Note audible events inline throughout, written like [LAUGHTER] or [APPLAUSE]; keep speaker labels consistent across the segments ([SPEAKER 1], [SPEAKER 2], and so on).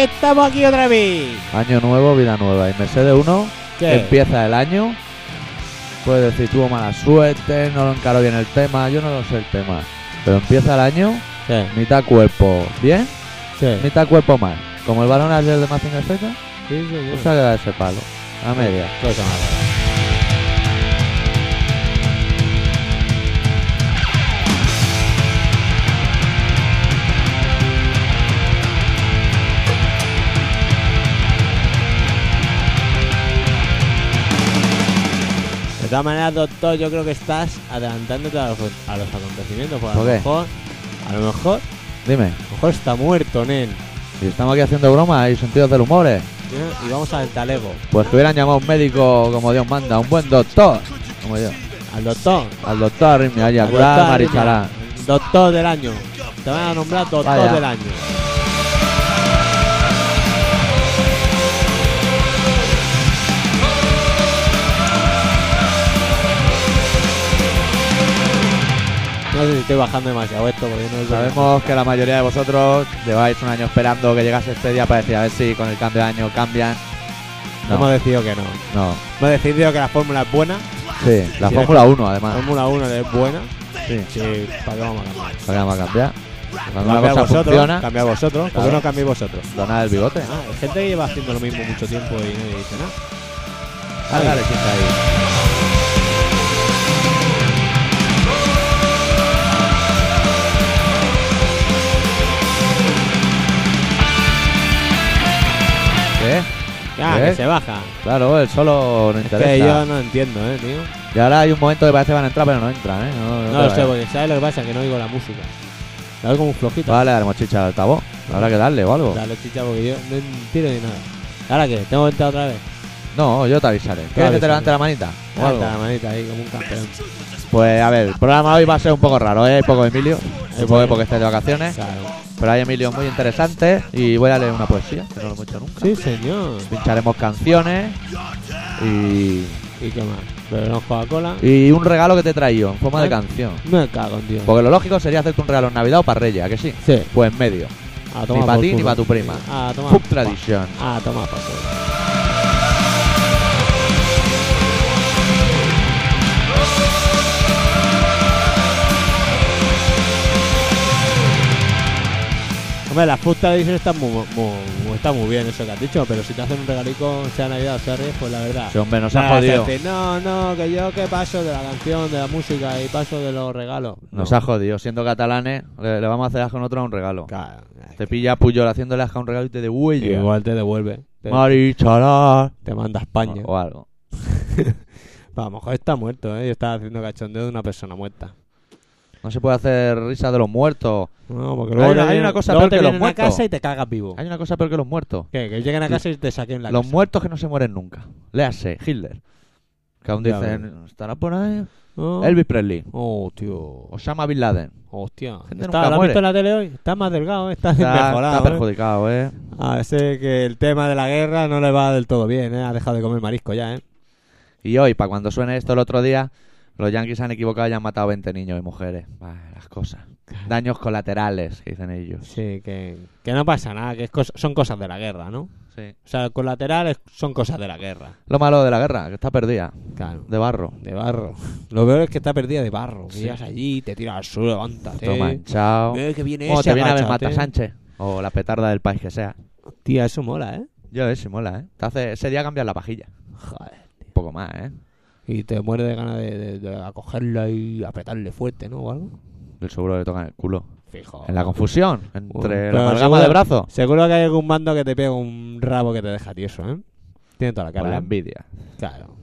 [SPEAKER 1] estamos aquí otra vez.
[SPEAKER 2] Año nuevo, vida nueva. Y Mercedes 1
[SPEAKER 1] ¿Qué?
[SPEAKER 2] empieza el año. Puedes decir, tuvo mala suerte, no lo encaró bien el tema, yo no lo sé el tema. Pero empieza el año,
[SPEAKER 1] ¿Qué?
[SPEAKER 2] mitad cuerpo bien,
[SPEAKER 1] ¿Qué?
[SPEAKER 2] mitad cuerpo mal. Como el balón ayer de Mazinger Z, pues se ha quedado ese palo. A media.
[SPEAKER 1] Cosa mala. De todas maneras, doctor, yo creo que estás adelantándote a los, a los acontecimientos. Porque
[SPEAKER 2] ¿Por
[SPEAKER 1] a
[SPEAKER 2] qué?
[SPEAKER 1] lo mejor, a lo mejor,
[SPEAKER 2] Dime,
[SPEAKER 1] a lo mejor está muerto, nen.
[SPEAKER 2] si estamos aquí haciendo bromas y sentidos del humor, eh,
[SPEAKER 1] Y vamos al talego.
[SPEAKER 2] pues que hubieran llamado a un médico como Dios manda, un buen doctor, como yo,
[SPEAKER 1] Al doctor.
[SPEAKER 2] al doctor Arritmia y a
[SPEAKER 1] Al
[SPEAKER 2] curar
[SPEAKER 1] doctor
[SPEAKER 2] Marichará.
[SPEAKER 1] Arritmia. Doctor del año. Te van a nombrar doctor
[SPEAKER 2] Vaya.
[SPEAKER 1] del año. No sé si estoy bajando demasiado esto porque no es
[SPEAKER 2] Sabemos que la mayoría de vosotros lleváis un año esperando que llegase este día para decir a ver si con el cambio de año cambian. No,
[SPEAKER 1] Hemos decidido que no.
[SPEAKER 2] no.
[SPEAKER 1] Hemos decidido que la fórmula es buena.
[SPEAKER 2] Sí, la
[SPEAKER 1] Sí,
[SPEAKER 2] Fórmula 1
[SPEAKER 1] La
[SPEAKER 2] además.
[SPEAKER 1] fórmula 1 es buena.
[SPEAKER 2] Sí,
[SPEAKER 1] Sí, ¿para qué vamos a cambiar?
[SPEAKER 2] ¿para qué vamos a cambiar? Cuando una
[SPEAKER 1] Cambiar
[SPEAKER 2] cosa
[SPEAKER 1] vosotros.
[SPEAKER 2] funciona,
[SPEAKER 1] Cambiar vosotros. ¿Por qué
[SPEAKER 2] Claro.
[SPEAKER 1] no cambiáis vosotros?
[SPEAKER 2] donar el bigote.
[SPEAKER 1] Ah, hay gente que lleva haciendo lo mismo mucho tiempo y nadie dice nada.
[SPEAKER 2] Dale, dale, sienta ahí. ¿Qué?
[SPEAKER 1] Ya,
[SPEAKER 2] ¿Eh?
[SPEAKER 1] Ah, que se baja.
[SPEAKER 2] Claro, el solo no
[SPEAKER 1] Es que
[SPEAKER 2] interesa.
[SPEAKER 1] yo no entiendo, eh, tío.
[SPEAKER 2] Y ahora hay un momento que parece que van a entrar, pero no entran, ¿eh? No, no
[SPEAKER 1] No,
[SPEAKER 2] te
[SPEAKER 1] lo
[SPEAKER 2] vayas.
[SPEAKER 1] sé, porque ¿sabes lo que pasa? Que no oigo la música. La oigo como flojita.
[SPEAKER 2] Vale, daremos chicha al altavoz. Habrá que darle o algo.
[SPEAKER 1] Dale, chicha, porque yo no entiendo ni nada. ¿Ahora qué? ¿Tengo que entrar otra vez?
[SPEAKER 2] No, yo te avisaré. ¿Quieres que
[SPEAKER 1] avisaré.
[SPEAKER 2] te levante la manita? o
[SPEAKER 1] Ahí
[SPEAKER 2] algo?
[SPEAKER 1] está la manita ahí como un campeón.
[SPEAKER 2] Pues a ver, el programa hoy va a ser un poco raro, ¿eh? Hay poco Emilio. Supongo que porque estáis de vacaciones.
[SPEAKER 1] Claro.
[SPEAKER 2] Pero hay Emilio muy interesante y voy a leer una poesía, que no lo he hecho nunca.
[SPEAKER 1] Sí, señor.
[SPEAKER 2] Pincharemos canciones y,
[SPEAKER 1] ¿Y qué más? Pero no Coca-Cola.
[SPEAKER 2] y un regalo que te he traído en forma de
[SPEAKER 1] ¿Eh?
[SPEAKER 2] canción.
[SPEAKER 1] Me cago en Dios.
[SPEAKER 2] Porque lo lógico sería hacerte un regalo en Navidad o para Reyes, ¿a que sí?
[SPEAKER 1] Sí.
[SPEAKER 2] Pues en medio.
[SPEAKER 1] A tomar
[SPEAKER 2] ni para
[SPEAKER 1] por
[SPEAKER 2] ti ni
[SPEAKER 1] culo.
[SPEAKER 2] para tu prima.
[SPEAKER 1] A tomar.
[SPEAKER 2] Food
[SPEAKER 1] por-
[SPEAKER 2] Tradition.
[SPEAKER 1] A tomar Ah, por culo. Hombre, las food tradition están muy, muy, muy- está muy bien eso que has dicho, pero si te hacen un regalico, sea Navidad o sea Reyes, pues la verdad.
[SPEAKER 2] Sí, hombre, nos ha
[SPEAKER 1] Nada,
[SPEAKER 2] jodido.
[SPEAKER 1] gente, No, no, que yo que paso de la canción, de la música y paso de los regalos.
[SPEAKER 2] Nos
[SPEAKER 1] No.
[SPEAKER 2] ha jodido. Siendo catalanes, le, le vamos a hacer asco nosotros a un regalo.
[SPEAKER 1] Claro, es
[SPEAKER 2] Te
[SPEAKER 1] que-
[SPEAKER 2] pilla Puyol haciéndole asco a un regalo y te de huella.
[SPEAKER 1] Igual te devuelve. Te,
[SPEAKER 2] Marichará.
[SPEAKER 1] te manda a España.
[SPEAKER 2] O, o algo.
[SPEAKER 1] A lo mejor está muerto, ¿eh? Yo estaba haciendo cachondeo de una persona muerta.
[SPEAKER 2] No se puede hacer risa de los muertos.
[SPEAKER 1] No, porque
[SPEAKER 2] Hay
[SPEAKER 1] luego te
[SPEAKER 2] una- hay
[SPEAKER 1] vienen-
[SPEAKER 2] una cosa
[SPEAKER 1] luego
[SPEAKER 2] peor
[SPEAKER 1] te
[SPEAKER 2] que los
[SPEAKER 1] vienen a
[SPEAKER 2] muertos.
[SPEAKER 1] casa y te cagas vivo.
[SPEAKER 2] Hay una cosa peor que los muertos.
[SPEAKER 1] ¿Qué? Que lleguen a casa y te saquen la
[SPEAKER 2] los
[SPEAKER 1] casa.
[SPEAKER 2] muertos que no se mueren nunca. Léase, Hitler. Que aún
[SPEAKER 1] Ya
[SPEAKER 2] dicen, ¿estará por ahí?
[SPEAKER 1] No.
[SPEAKER 2] Elvis Presley.
[SPEAKER 1] Oh, tío.
[SPEAKER 2] Osama Bin Laden.
[SPEAKER 1] Hostia. Está,
[SPEAKER 2] Gente
[SPEAKER 1] ¿Lo
[SPEAKER 2] nunca
[SPEAKER 1] has
[SPEAKER 2] muere.
[SPEAKER 1] visto en la tele hoy? Está más delgado, ¿eh? está,
[SPEAKER 2] Está,
[SPEAKER 1] [LAUGHS] mejorado.
[SPEAKER 2] está
[SPEAKER 1] ¿eh?
[SPEAKER 2] perjudicado, ¿eh?
[SPEAKER 1] Ah, sé que el tema de la guerra no le va del todo bien, ¿eh? Ha dejado de comer marisco ya, ¿eh?
[SPEAKER 2] Y hoy, para cuando suene esto el otro día, los yankees se han equivocado y han matado 20 niños y mujeres. Ah, las cosas. Daños colaterales, que dicen ellos.
[SPEAKER 1] Sí, que, que no pasa nada, que es cosa- son cosas de la guerra, ¿no?
[SPEAKER 2] Sí.
[SPEAKER 1] O sea, colaterales son cosas de la guerra.
[SPEAKER 2] Lo malo de la guerra, que está perdida.
[SPEAKER 1] Claro.
[SPEAKER 2] De barro.
[SPEAKER 1] De barro. Lo peor es que está perdida de barro.
[SPEAKER 2] Sí.
[SPEAKER 1] Que Llegas allí, te tiras al suelo, levántate.
[SPEAKER 2] Todo manchado.
[SPEAKER 1] Eh, que viene
[SPEAKER 2] Bueno,
[SPEAKER 1] ese,
[SPEAKER 2] te viene a ver
[SPEAKER 1] agáchate.
[SPEAKER 2] Mata Sánchez. O la petarda del país que sea.
[SPEAKER 1] Tía, eso mola, ¿eh?
[SPEAKER 2] Yo, eh, si mola, ¿eh? Te hace, ese día cambias la pajilla.
[SPEAKER 1] Joder.
[SPEAKER 2] Un poco más, ¿eh?
[SPEAKER 1] Y te mueres de ganas de, de- de acogerla y apretarle fuerte, ¿no? O algo.
[SPEAKER 2] El seguro le toca en el culo.
[SPEAKER 1] Fijo.
[SPEAKER 2] En la confusión.
[SPEAKER 1] Bueno,
[SPEAKER 2] Entre
[SPEAKER 1] pero
[SPEAKER 2] la amalgama
[SPEAKER 1] seguro-
[SPEAKER 2] de brazos.
[SPEAKER 1] Seguro que hay algún mando que te pega un rabo que te deja tieso, ¿eh? Tiene toda la
[SPEAKER 2] Por
[SPEAKER 1] cara.
[SPEAKER 2] la
[SPEAKER 1] ¿eh?
[SPEAKER 2] envidia.
[SPEAKER 1] Claro.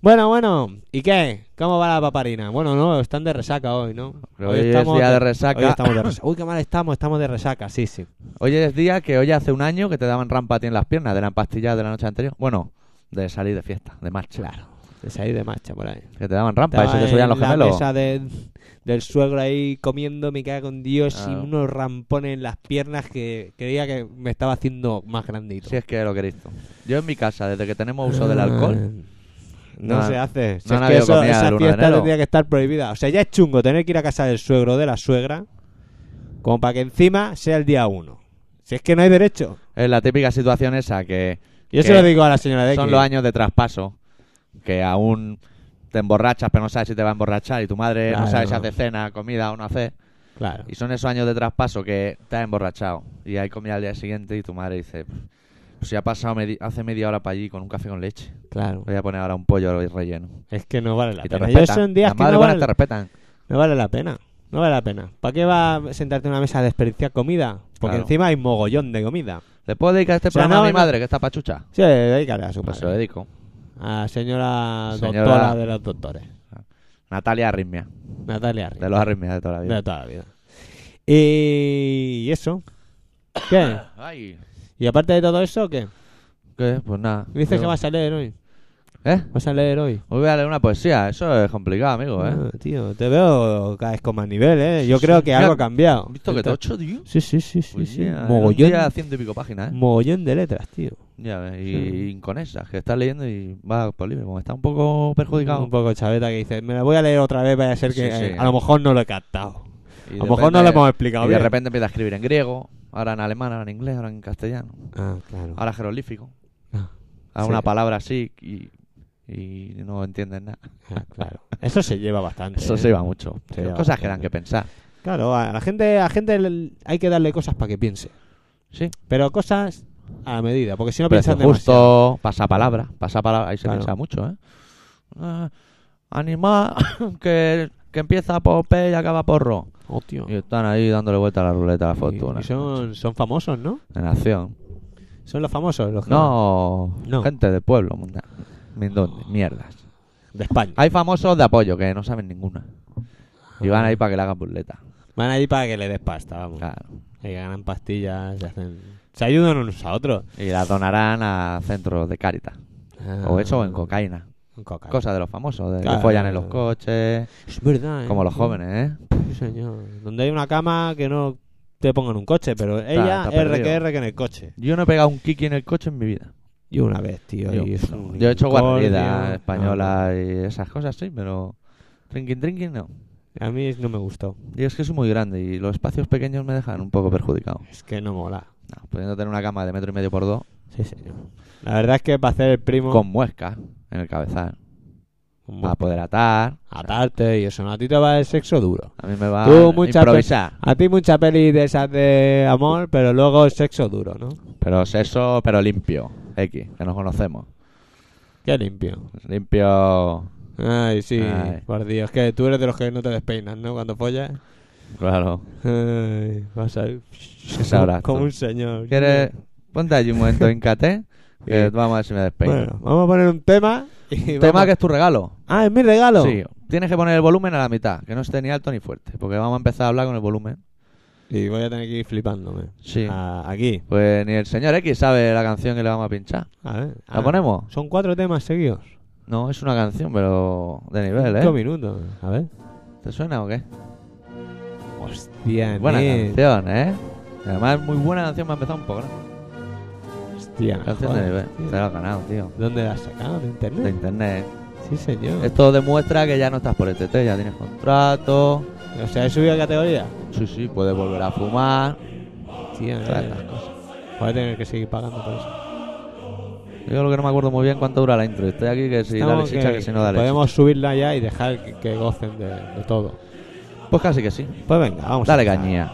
[SPEAKER 1] Bueno, bueno. ¿Y qué? ¿Cómo va la paparina? Bueno, no, están de resaca hoy, ¿no?
[SPEAKER 2] Pero hoy, es día de resaca.
[SPEAKER 1] Hoy estamos de resaca. Uy, qué mal estamos, estamos de resaca, sí, sí.
[SPEAKER 2] Hoy es día que hoy hace un año que te daban rampa a ti en las piernas de la pastilla de la noche anterior. Bueno, de salir de fiesta, de marcha.
[SPEAKER 1] Claro. De salir de marcha por ahí.
[SPEAKER 2] Que te daban rampa y se Ah, te
[SPEAKER 1] Estaba
[SPEAKER 2] subían los
[SPEAKER 1] en La
[SPEAKER 2] gemelos.
[SPEAKER 1] mesa de- del suegro ahí comiendo, me cago con Dios,
[SPEAKER 2] Claro.
[SPEAKER 1] y unos rampones en las piernas que creía que me estaba haciendo más grandito.
[SPEAKER 2] Si es que lo queréis. tú. Yo en mi casa, desde que tenemos uso
[SPEAKER 1] Ah.
[SPEAKER 2] del alcohol,
[SPEAKER 1] No,
[SPEAKER 2] No,
[SPEAKER 1] se hace. Si
[SPEAKER 2] no
[SPEAKER 1] es
[SPEAKER 2] han
[SPEAKER 1] que
[SPEAKER 2] habido
[SPEAKER 1] eso,
[SPEAKER 2] comida
[SPEAKER 1] esa
[SPEAKER 2] del 1 de
[SPEAKER 1] fiesta
[SPEAKER 2] enero.
[SPEAKER 1] tendría que estar prohibida. O sea, ya es chungo tener que ir a casa del suegro o de la suegra como para que encima sea el día 1. Si es que no hay derecho.
[SPEAKER 2] Es la típica situación esa que
[SPEAKER 1] Yo se
[SPEAKER 2] Que
[SPEAKER 1] lo digo a la señora de
[SPEAKER 2] son
[SPEAKER 1] que-
[SPEAKER 2] los años de traspaso, que aún te emborrachas, pero no sabes si te va a emborrachar y tu madre no
[SPEAKER 1] Claro.
[SPEAKER 2] sabe si hace cena, comida o no hace.
[SPEAKER 1] Claro.
[SPEAKER 2] Y son esos años de traspaso que te has emborrachado y hay comida al día siguiente y tu madre dice, pues si ha pasado medi- hace media hora para allí con un café con leche,
[SPEAKER 1] Claro.
[SPEAKER 2] voy a poner ahora un pollo relleno.
[SPEAKER 1] Es que no vale la
[SPEAKER 2] Y te
[SPEAKER 1] pena. Yo
[SPEAKER 2] respetan.
[SPEAKER 1] son días
[SPEAKER 2] Las
[SPEAKER 1] que
[SPEAKER 2] madres
[SPEAKER 1] no
[SPEAKER 2] buenas
[SPEAKER 1] vale,
[SPEAKER 2] te respetan.
[SPEAKER 1] no vale la pena. No vale la pena. ¿Para qué va a sentarte en una mesa a desperdiciar comida? Porque
[SPEAKER 2] Claro.
[SPEAKER 1] encima hay mogollón de comida.
[SPEAKER 2] ¿Le puedo dedicar este
[SPEAKER 1] O sea,
[SPEAKER 2] programa
[SPEAKER 1] no,
[SPEAKER 2] a mi
[SPEAKER 1] no.
[SPEAKER 2] madre, que está pachucha?
[SPEAKER 1] Sí, dedícale a su
[SPEAKER 2] Pues se lo
[SPEAKER 1] madre.
[SPEAKER 2] dedico.
[SPEAKER 1] A señora,
[SPEAKER 2] Señora-
[SPEAKER 1] doctora de los doctores.
[SPEAKER 2] Natalia Arritmia,
[SPEAKER 1] Natalia Rico.
[SPEAKER 2] de los arritmias de toda la vida.
[SPEAKER 1] De toda la vida. Y eso.
[SPEAKER 2] [COUGHS]
[SPEAKER 1] ¿Qué?
[SPEAKER 2] Ay,
[SPEAKER 1] ¿Y aparte de todo eso, qué?
[SPEAKER 2] ¿qué? Pues nada.
[SPEAKER 1] Dices
[SPEAKER 2] Yo-
[SPEAKER 1] que vas a leer hoy.
[SPEAKER 2] ¿Eh?
[SPEAKER 1] Vas a leer hoy.
[SPEAKER 2] Hoy voy a leer una poesía, eso es complicado, amigo, ¿eh?
[SPEAKER 1] Ah, tío, te veo cada vez con más nivel, ¿eh? Yo creo que
[SPEAKER 2] Mira,
[SPEAKER 1] algo ha cambiado.
[SPEAKER 2] ¿Has visto que tocho, tío?
[SPEAKER 1] Sí, sí, sí, sí.
[SPEAKER 2] Uy,
[SPEAKER 1] sí.
[SPEAKER 2] mira, en
[SPEAKER 1] Mogollón,
[SPEAKER 2] un día ciento y pico páginas, ¿eh?
[SPEAKER 1] mogollón de letras, tío.
[SPEAKER 2] Ya ves,
[SPEAKER 1] Sí.
[SPEAKER 2] y, y con esas, que estás leyendo y va por libre. Como está un poco perjudicado.
[SPEAKER 1] Un poco chaveta que dice, me la voy a leer otra vez, vaya a ser que
[SPEAKER 2] Sí, sí.
[SPEAKER 1] eh, a lo mejor no lo he captado.
[SPEAKER 2] Y
[SPEAKER 1] a lo
[SPEAKER 2] de
[SPEAKER 1] mejor no lo
[SPEAKER 2] repente-
[SPEAKER 1] hemos explicado
[SPEAKER 2] Y de
[SPEAKER 1] bien.
[SPEAKER 2] repente empieza a escribir en griego, ahora en alemán, ahora en inglés, ahora en castellano,
[SPEAKER 1] Ah, claro.
[SPEAKER 2] ahora jerolífico.
[SPEAKER 1] Ah,
[SPEAKER 2] Ahora
[SPEAKER 1] sí.
[SPEAKER 2] una palabra así y, y no entiendes nada.
[SPEAKER 1] Ah, claro. Eso se lleva bastante.
[SPEAKER 2] [LAUGHS] Eso
[SPEAKER 1] ¿eh?
[SPEAKER 2] se iba mucho.
[SPEAKER 1] Se
[SPEAKER 2] Son
[SPEAKER 1] lleva
[SPEAKER 2] cosas
[SPEAKER 1] bastante.
[SPEAKER 2] que dan que pensar.
[SPEAKER 1] Claro, a la gente, a la gente le- hay que darle cosas para que piense.
[SPEAKER 2] Sí.
[SPEAKER 1] Pero cosas a la medida, porque si no
[SPEAKER 2] Precio
[SPEAKER 1] piensan demasiado.
[SPEAKER 2] justo, pasapalabra, pasapalabra, ahí se
[SPEAKER 1] Claro.
[SPEAKER 2] piensa mucho, ¿eh? Ah, animal [LAUGHS] que, que empieza por P y acaba por Ro.
[SPEAKER 1] Oh, tío.
[SPEAKER 2] Y están ahí dándole vuelta a la ruleta a la fortuna.
[SPEAKER 1] Y- y son, son famosos, ¿no?
[SPEAKER 2] En acción.
[SPEAKER 1] Son los famosos, los que-
[SPEAKER 2] No,
[SPEAKER 1] No.
[SPEAKER 2] gente del pueblo, munda- mindonde, mierdas.
[SPEAKER 1] de España.
[SPEAKER 2] Hay famosos de apoyo que no saben ninguna. Y van ahí para que le hagan burleta.
[SPEAKER 1] Van allí para que le des pasta, vamos.
[SPEAKER 2] Claro.
[SPEAKER 1] Y ganan pastillas, se hacen... Se ayudan unos a otros.
[SPEAKER 2] Y la donarán a centros de caritas. O eso o en cocaína.
[SPEAKER 1] En coca.
[SPEAKER 2] Cosa de los famosos, de
[SPEAKER 1] Ah. Claro.
[SPEAKER 2] que follan en los coches,
[SPEAKER 1] Es verdad, ¿eh?
[SPEAKER 2] como los jóvenes, ¿eh?
[SPEAKER 1] Sí, señor. Donde hay una cama que no te pongan un coche, pero ella
[SPEAKER 2] está
[SPEAKER 1] R que
[SPEAKER 2] perdido.
[SPEAKER 1] R que en el coche.
[SPEAKER 2] Yo no he pegado un kiki en el coche en mi vida.
[SPEAKER 1] Yo una vez, tío.
[SPEAKER 2] Yo,
[SPEAKER 1] y es un Ah,
[SPEAKER 2] yo he hecho
[SPEAKER 1] incordio.
[SPEAKER 2] guardería española y esas cosas, sí, pero trinking trinking no.
[SPEAKER 1] Ah, a mí no me gustó.
[SPEAKER 2] Y es que soy muy grande y los espacios pequeños me dejan un poco perjudicado.
[SPEAKER 1] Es que no mola.
[SPEAKER 2] No, pudiendo tener una cama de metro y medio por dos
[SPEAKER 1] Sí, señor. La verdad es que para hacer el primo...
[SPEAKER 2] con muesca en el cabezal
[SPEAKER 1] un
[SPEAKER 2] para poder atar.
[SPEAKER 1] Atarte y eso. ¿no? A ti te va el sexo duro.
[SPEAKER 2] A mí me va
[SPEAKER 1] Tú
[SPEAKER 2] a
[SPEAKER 1] muchas
[SPEAKER 2] improvisar,
[SPEAKER 1] A ti mucha peli de esas de amor, pero luego el sexo duro, ¿no?
[SPEAKER 2] pero sexo, pero limpio. X, que nos conocemos.
[SPEAKER 1] Qué limpio.
[SPEAKER 2] Limpio,
[SPEAKER 1] Ay, sí.
[SPEAKER 2] Ay.
[SPEAKER 1] Por Dios, que tú eres de los que no te despeinas, ¿no? Cuando follas.
[SPEAKER 2] claro.
[SPEAKER 1] Ay, vas a ir
[SPEAKER 2] sabrás
[SPEAKER 1] como
[SPEAKER 2] tú.
[SPEAKER 1] un señor.
[SPEAKER 2] ¿Quieres? Ponte allí un momento en
[SPEAKER 1] [LAUGHS]
[SPEAKER 2] KT, que vamos a ver si me despeino.
[SPEAKER 1] Bueno, vamos a poner un
[SPEAKER 2] [LAUGHS]
[SPEAKER 1] tema. Y
[SPEAKER 2] Tema
[SPEAKER 1] vamos-
[SPEAKER 2] que es tu regalo.
[SPEAKER 1] Ah, es mi regalo.
[SPEAKER 2] Sí, tienes que poner el volumen a la mitad, que no esté ni alto ni fuerte, porque vamos a empezar a hablar con el volumen.
[SPEAKER 1] Y voy a tener que ir flipándome.
[SPEAKER 2] Sí.
[SPEAKER 1] Ah, aquí.
[SPEAKER 2] Pues ni el señor X sabe la canción que le vamos a pinchar.
[SPEAKER 1] A ver.
[SPEAKER 2] ¿La
[SPEAKER 1] Ah,
[SPEAKER 2] ponemos?
[SPEAKER 1] Son cuatro temas seguidos.
[SPEAKER 2] No, es una canción, pero de nivel,
[SPEAKER 1] Cinco
[SPEAKER 2] ¿eh?
[SPEAKER 1] minutos. A ver.
[SPEAKER 2] ¿Te suena o qué?
[SPEAKER 1] Hostia,
[SPEAKER 2] Buena
[SPEAKER 1] Ned.
[SPEAKER 2] canción, ¿eh? Y Además, muy buena canción, me ha empezado un poco. ¿no?
[SPEAKER 1] Hostia,
[SPEAKER 2] Canción
[SPEAKER 1] joder,
[SPEAKER 2] de nivel.
[SPEAKER 1] tío.
[SPEAKER 2] Te lo has ganado, tío.
[SPEAKER 1] ¿Dónde la has sacado? ¿De internet?
[SPEAKER 2] De internet. ¿eh?
[SPEAKER 1] Sí, señor.
[SPEAKER 2] Esto demuestra que ya no estás por ETT, ya tienes contrato.
[SPEAKER 1] O sea, he subido de categoría.
[SPEAKER 2] Sí, sí, puedes volver a fumar.
[SPEAKER 1] Tío,
[SPEAKER 2] Todas
[SPEAKER 1] eh,
[SPEAKER 2] estas cosas.
[SPEAKER 1] voy a tener que seguir pagando por eso.
[SPEAKER 2] Yo lo que no me acuerdo muy bien cuánto dura la intro. Estoy aquí que si
[SPEAKER 1] Estamos
[SPEAKER 2] dale chicha, que, si no dale
[SPEAKER 1] podemos subirla ya y dejar que, que gocen de, de todo.
[SPEAKER 2] chicha. Pues casi que sí.
[SPEAKER 1] Pues venga, vamos. a
[SPEAKER 2] Dale
[SPEAKER 1] empezar.
[SPEAKER 2] cañía.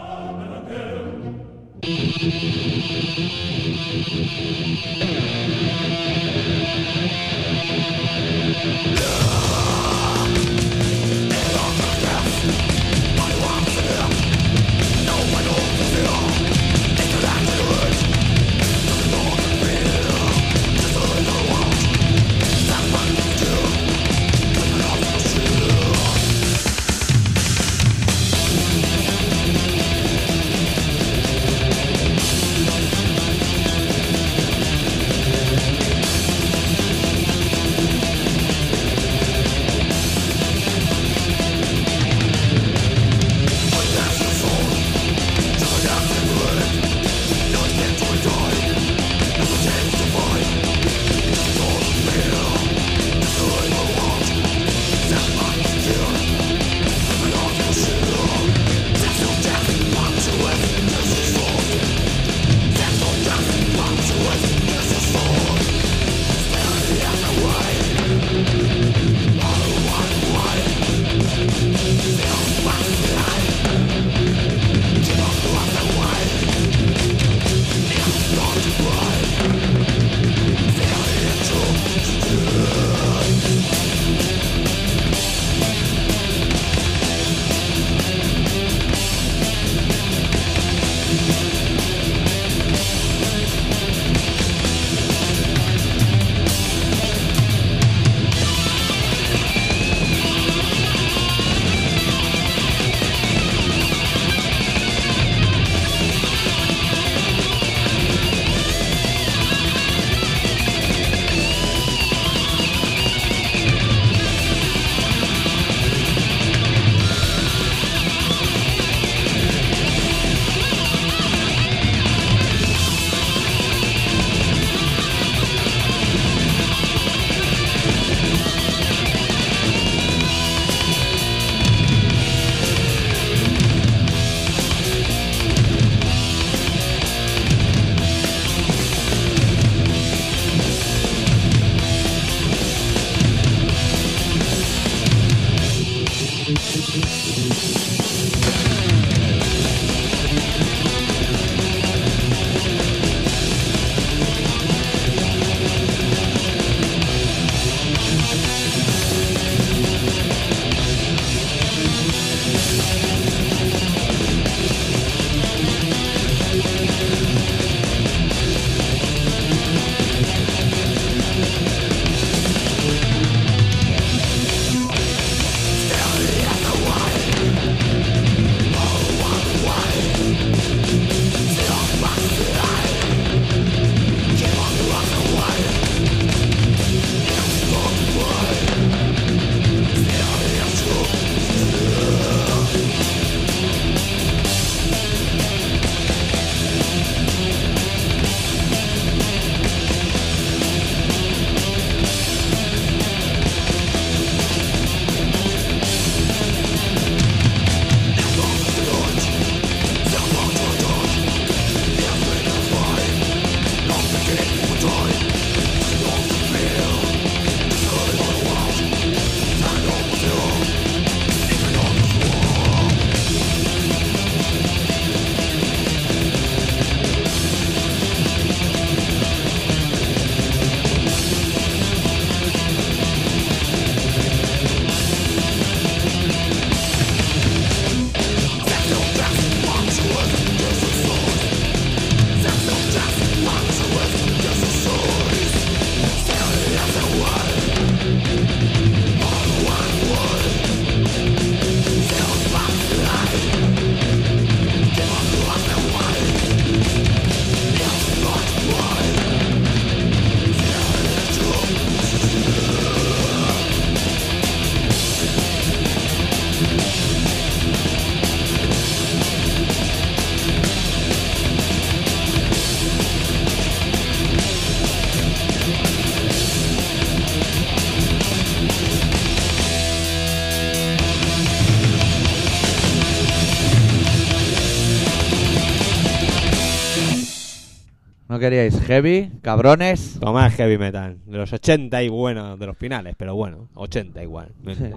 [SPEAKER 2] queríais heavy, cabrones.
[SPEAKER 1] Tomá el heavy metal. De los 80 y bueno, de los finales, pero bueno, 80 igual.
[SPEAKER 2] Sí.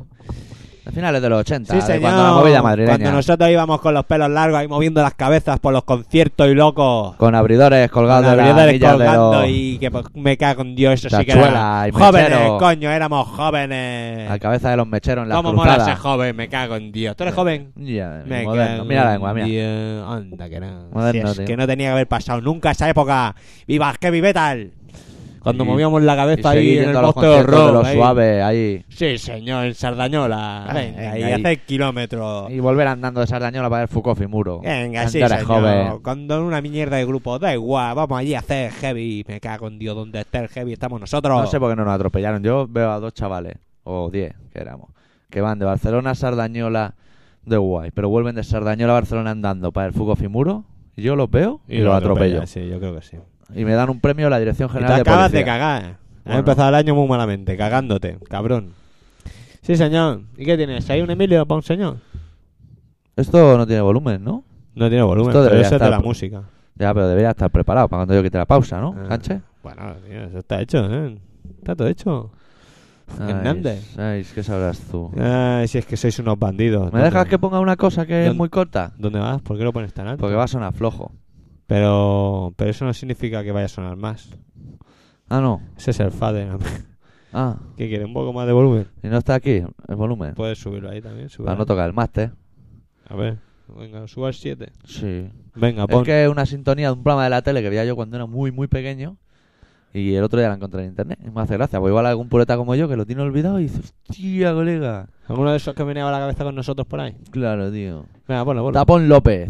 [SPEAKER 2] A finales de los 80,
[SPEAKER 1] Sí,
[SPEAKER 2] de
[SPEAKER 1] señor.
[SPEAKER 2] cuando la movida madrileña.
[SPEAKER 1] Cuando nosotros íbamos con los pelos largos ahí moviendo las cabezas por los conciertos y locos.
[SPEAKER 2] Con abridores colgados
[SPEAKER 1] Con
[SPEAKER 2] de las
[SPEAKER 1] abridores
[SPEAKER 2] anillas
[SPEAKER 1] colgando
[SPEAKER 2] de los...
[SPEAKER 1] y que pues, me cago en Dios, eso sí que era.
[SPEAKER 2] Tachuela y
[SPEAKER 1] Jóvenes,
[SPEAKER 2] mechero.
[SPEAKER 1] coño, éramos jóvenes.
[SPEAKER 2] La cabeza de los mecheros en la
[SPEAKER 1] ¿Cómo mola
[SPEAKER 2] cruzada.
[SPEAKER 1] ser joven? Me cago en Dios. ¿Tú eres joven?
[SPEAKER 2] Ya,
[SPEAKER 1] Me
[SPEAKER 2] moderno.
[SPEAKER 1] cago
[SPEAKER 2] Mira la
[SPEAKER 1] en
[SPEAKER 2] lengua, mira.
[SPEAKER 1] Dios. Anda, que no.
[SPEAKER 2] Moderno,
[SPEAKER 1] Si es
[SPEAKER 2] tío.
[SPEAKER 1] que no tenía que haber pasado nunca esa época. ¡Viva el heavy metal! Cuando
[SPEAKER 2] Y-
[SPEAKER 1] movíamos la [LAUGHS]
[SPEAKER 2] Y
[SPEAKER 1] cabeza ahí
[SPEAKER 2] seguí
[SPEAKER 1] en el
[SPEAKER 2] yendo a los
[SPEAKER 1] poste de
[SPEAKER 2] conciertos de
[SPEAKER 1] horror.
[SPEAKER 2] los
[SPEAKER 1] ahí.
[SPEAKER 2] suaves ahí.
[SPEAKER 1] Sí, señor, en Sardañola.
[SPEAKER 2] Ah,
[SPEAKER 1] Venga,
[SPEAKER 2] venga,
[SPEAKER 1] y
[SPEAKER 2] ahí.
[SPEAKER 1] hace kilómetros.
[SPEAKER 2] Y volver andando de Sardañola para ver Foucault y Muro.
[SPEAKER 1] Oh. Venga,
[SPEAKER 2] Cuando
[SPEAKER 1] sí,
[SPEAKER 2] eres
[SPEAKER 1] señor.
[SPEAKER 2] joven.
[SPEAKER 1] Cuando una mierda de grupo, da igual, vamos allí a hacer heavy. Me cago en Dios, donde esté el heavy estamos nosotros.
[SPEAKER 2] No sé por qué no nos atropellaron. Yo veo a dos chavales, o diez, que éramos, que van de Barcelona a Sardañola de guay, pero vuelven de Sardañola a Barcelona andando para el Foucault y Muro. y Yo los veo y, los atropello.
[SPEAKER 1] Sí, yo creo que sí.
[SPEAKER 2] Y me dan un premio de la Dirección
[SPEAKER 1] Y te
[SPEAKER 2] General de
[SPEAKER 1] acabas de,
[SPEAKER 2] Policía.
[SPEAKER 1] cagar. Has
[SPEAKER 2] Bueno.
[SPEAKER 1] empezado el año muy malamente, cagándote, cabrón. Sí, señor. ¿Y qué tienes? ¿Hay un Emilio para un señor?
[SPEAKER 2] Esto no tiene volumen, ¿no?
[SPEAKER 1] No tiene volumen,
[SPEAKER 2] Esto
[SPEAKER 1] pero
[SPEAKER 2] debería
[SPEAKER 1] eso es de
[SPEAKER 2] estar
[SPEAKER 1] la
[SPEAKER 2] por-
[SPEAKER 1] música.
[SPEAKER 2] Ya, pero debería estar preparado para cuando yo quite la pausa, ¿no,
[SPEAKER 1] Ah,
[SPEAKER 2] Sánchez?
[SPEAKER 1] Bueno, tío, eso está hecho, ¿eh? Está todo hecho.
[SPEAKER 2] Ay,
[SPEAKER 1] Hernández.
[SPEAKER 2] Ay, ¿qué sabrás tú?
[SPEAKER 1] Ay, si es que sois unos bandidos.
[SPEAKER 2] ¿Me
[SPEAKER 1] ¿Dónde-
[SPEAKER 2] dejas que ponga una cosa que es
[SPEAKER 1] ¿Dónde?
[SPEAKER 2] muy corta?
[SPEAKER 1] ¿Dónde vas? ¿Por qué lo pones tan alto?
[SPEAKER 2] Porque va a sonar flojo.
[SPEAKER 1] Pero, pero eso no significa que vaya a sonar más.
[SPEAKER 2] Ah, no.
[SPEAKER 1] Ese es el fader. [LAUGHS]
[SPEAKER 2] Ah,
[SPEAKER 1] ¿Qué quiere? ¿Un poco más de volumen?
[SPEAKER 2] y no está aquí el volumen.
[SPEAKER 1] Puedes subirlo ahí también. súbelo
[SPEAKER 2] para no tocar el máster.
[SPEAKER 1] ahí. A ver, venga, suba al 7.
[SPEAKER 2] Sí.
[SPEAKER 1] Venga,
[SPEAKER 2] Es
[SPEAKER 1] pon.
[SPEAKER 2] que es una sintonía de un programa de la tele que veía yo cuando era muy, muy pequeño. Y el otro día la encontré en internet. Y me hace gracia. Pues igual algún pureta como yo que lo tiene olvidado y dice, hostia, colega.
[SPEAKER 1] ¿Alguno de esos que venía a la cabeza con nosotros por ahí?
[SPEAKER 2] Claro, tío.
[SPEAKER 1] Venga, ponlo, ponlo.
[SPEAKER 2] Tapón López.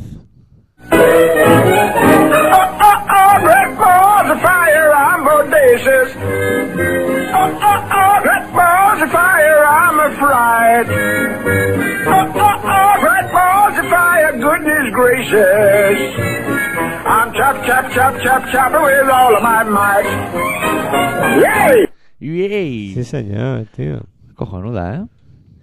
[SPEAKER 3] Uh-uh-uh, red balls of fire, I'm bodacious. Uh-uh-uh, Uh, red balls of fire, I'm a fright. Uh-uh-uh, red balls of fire, goodness gracious. I'm chop, chop, chop, chop, chopper with all of my might. Yay!
[SPEAKER 2] ¡Yey!
[SPEAKER 1] Sí, señor, tío.
[SPEAKER 2] Cojonuda, ¿eh?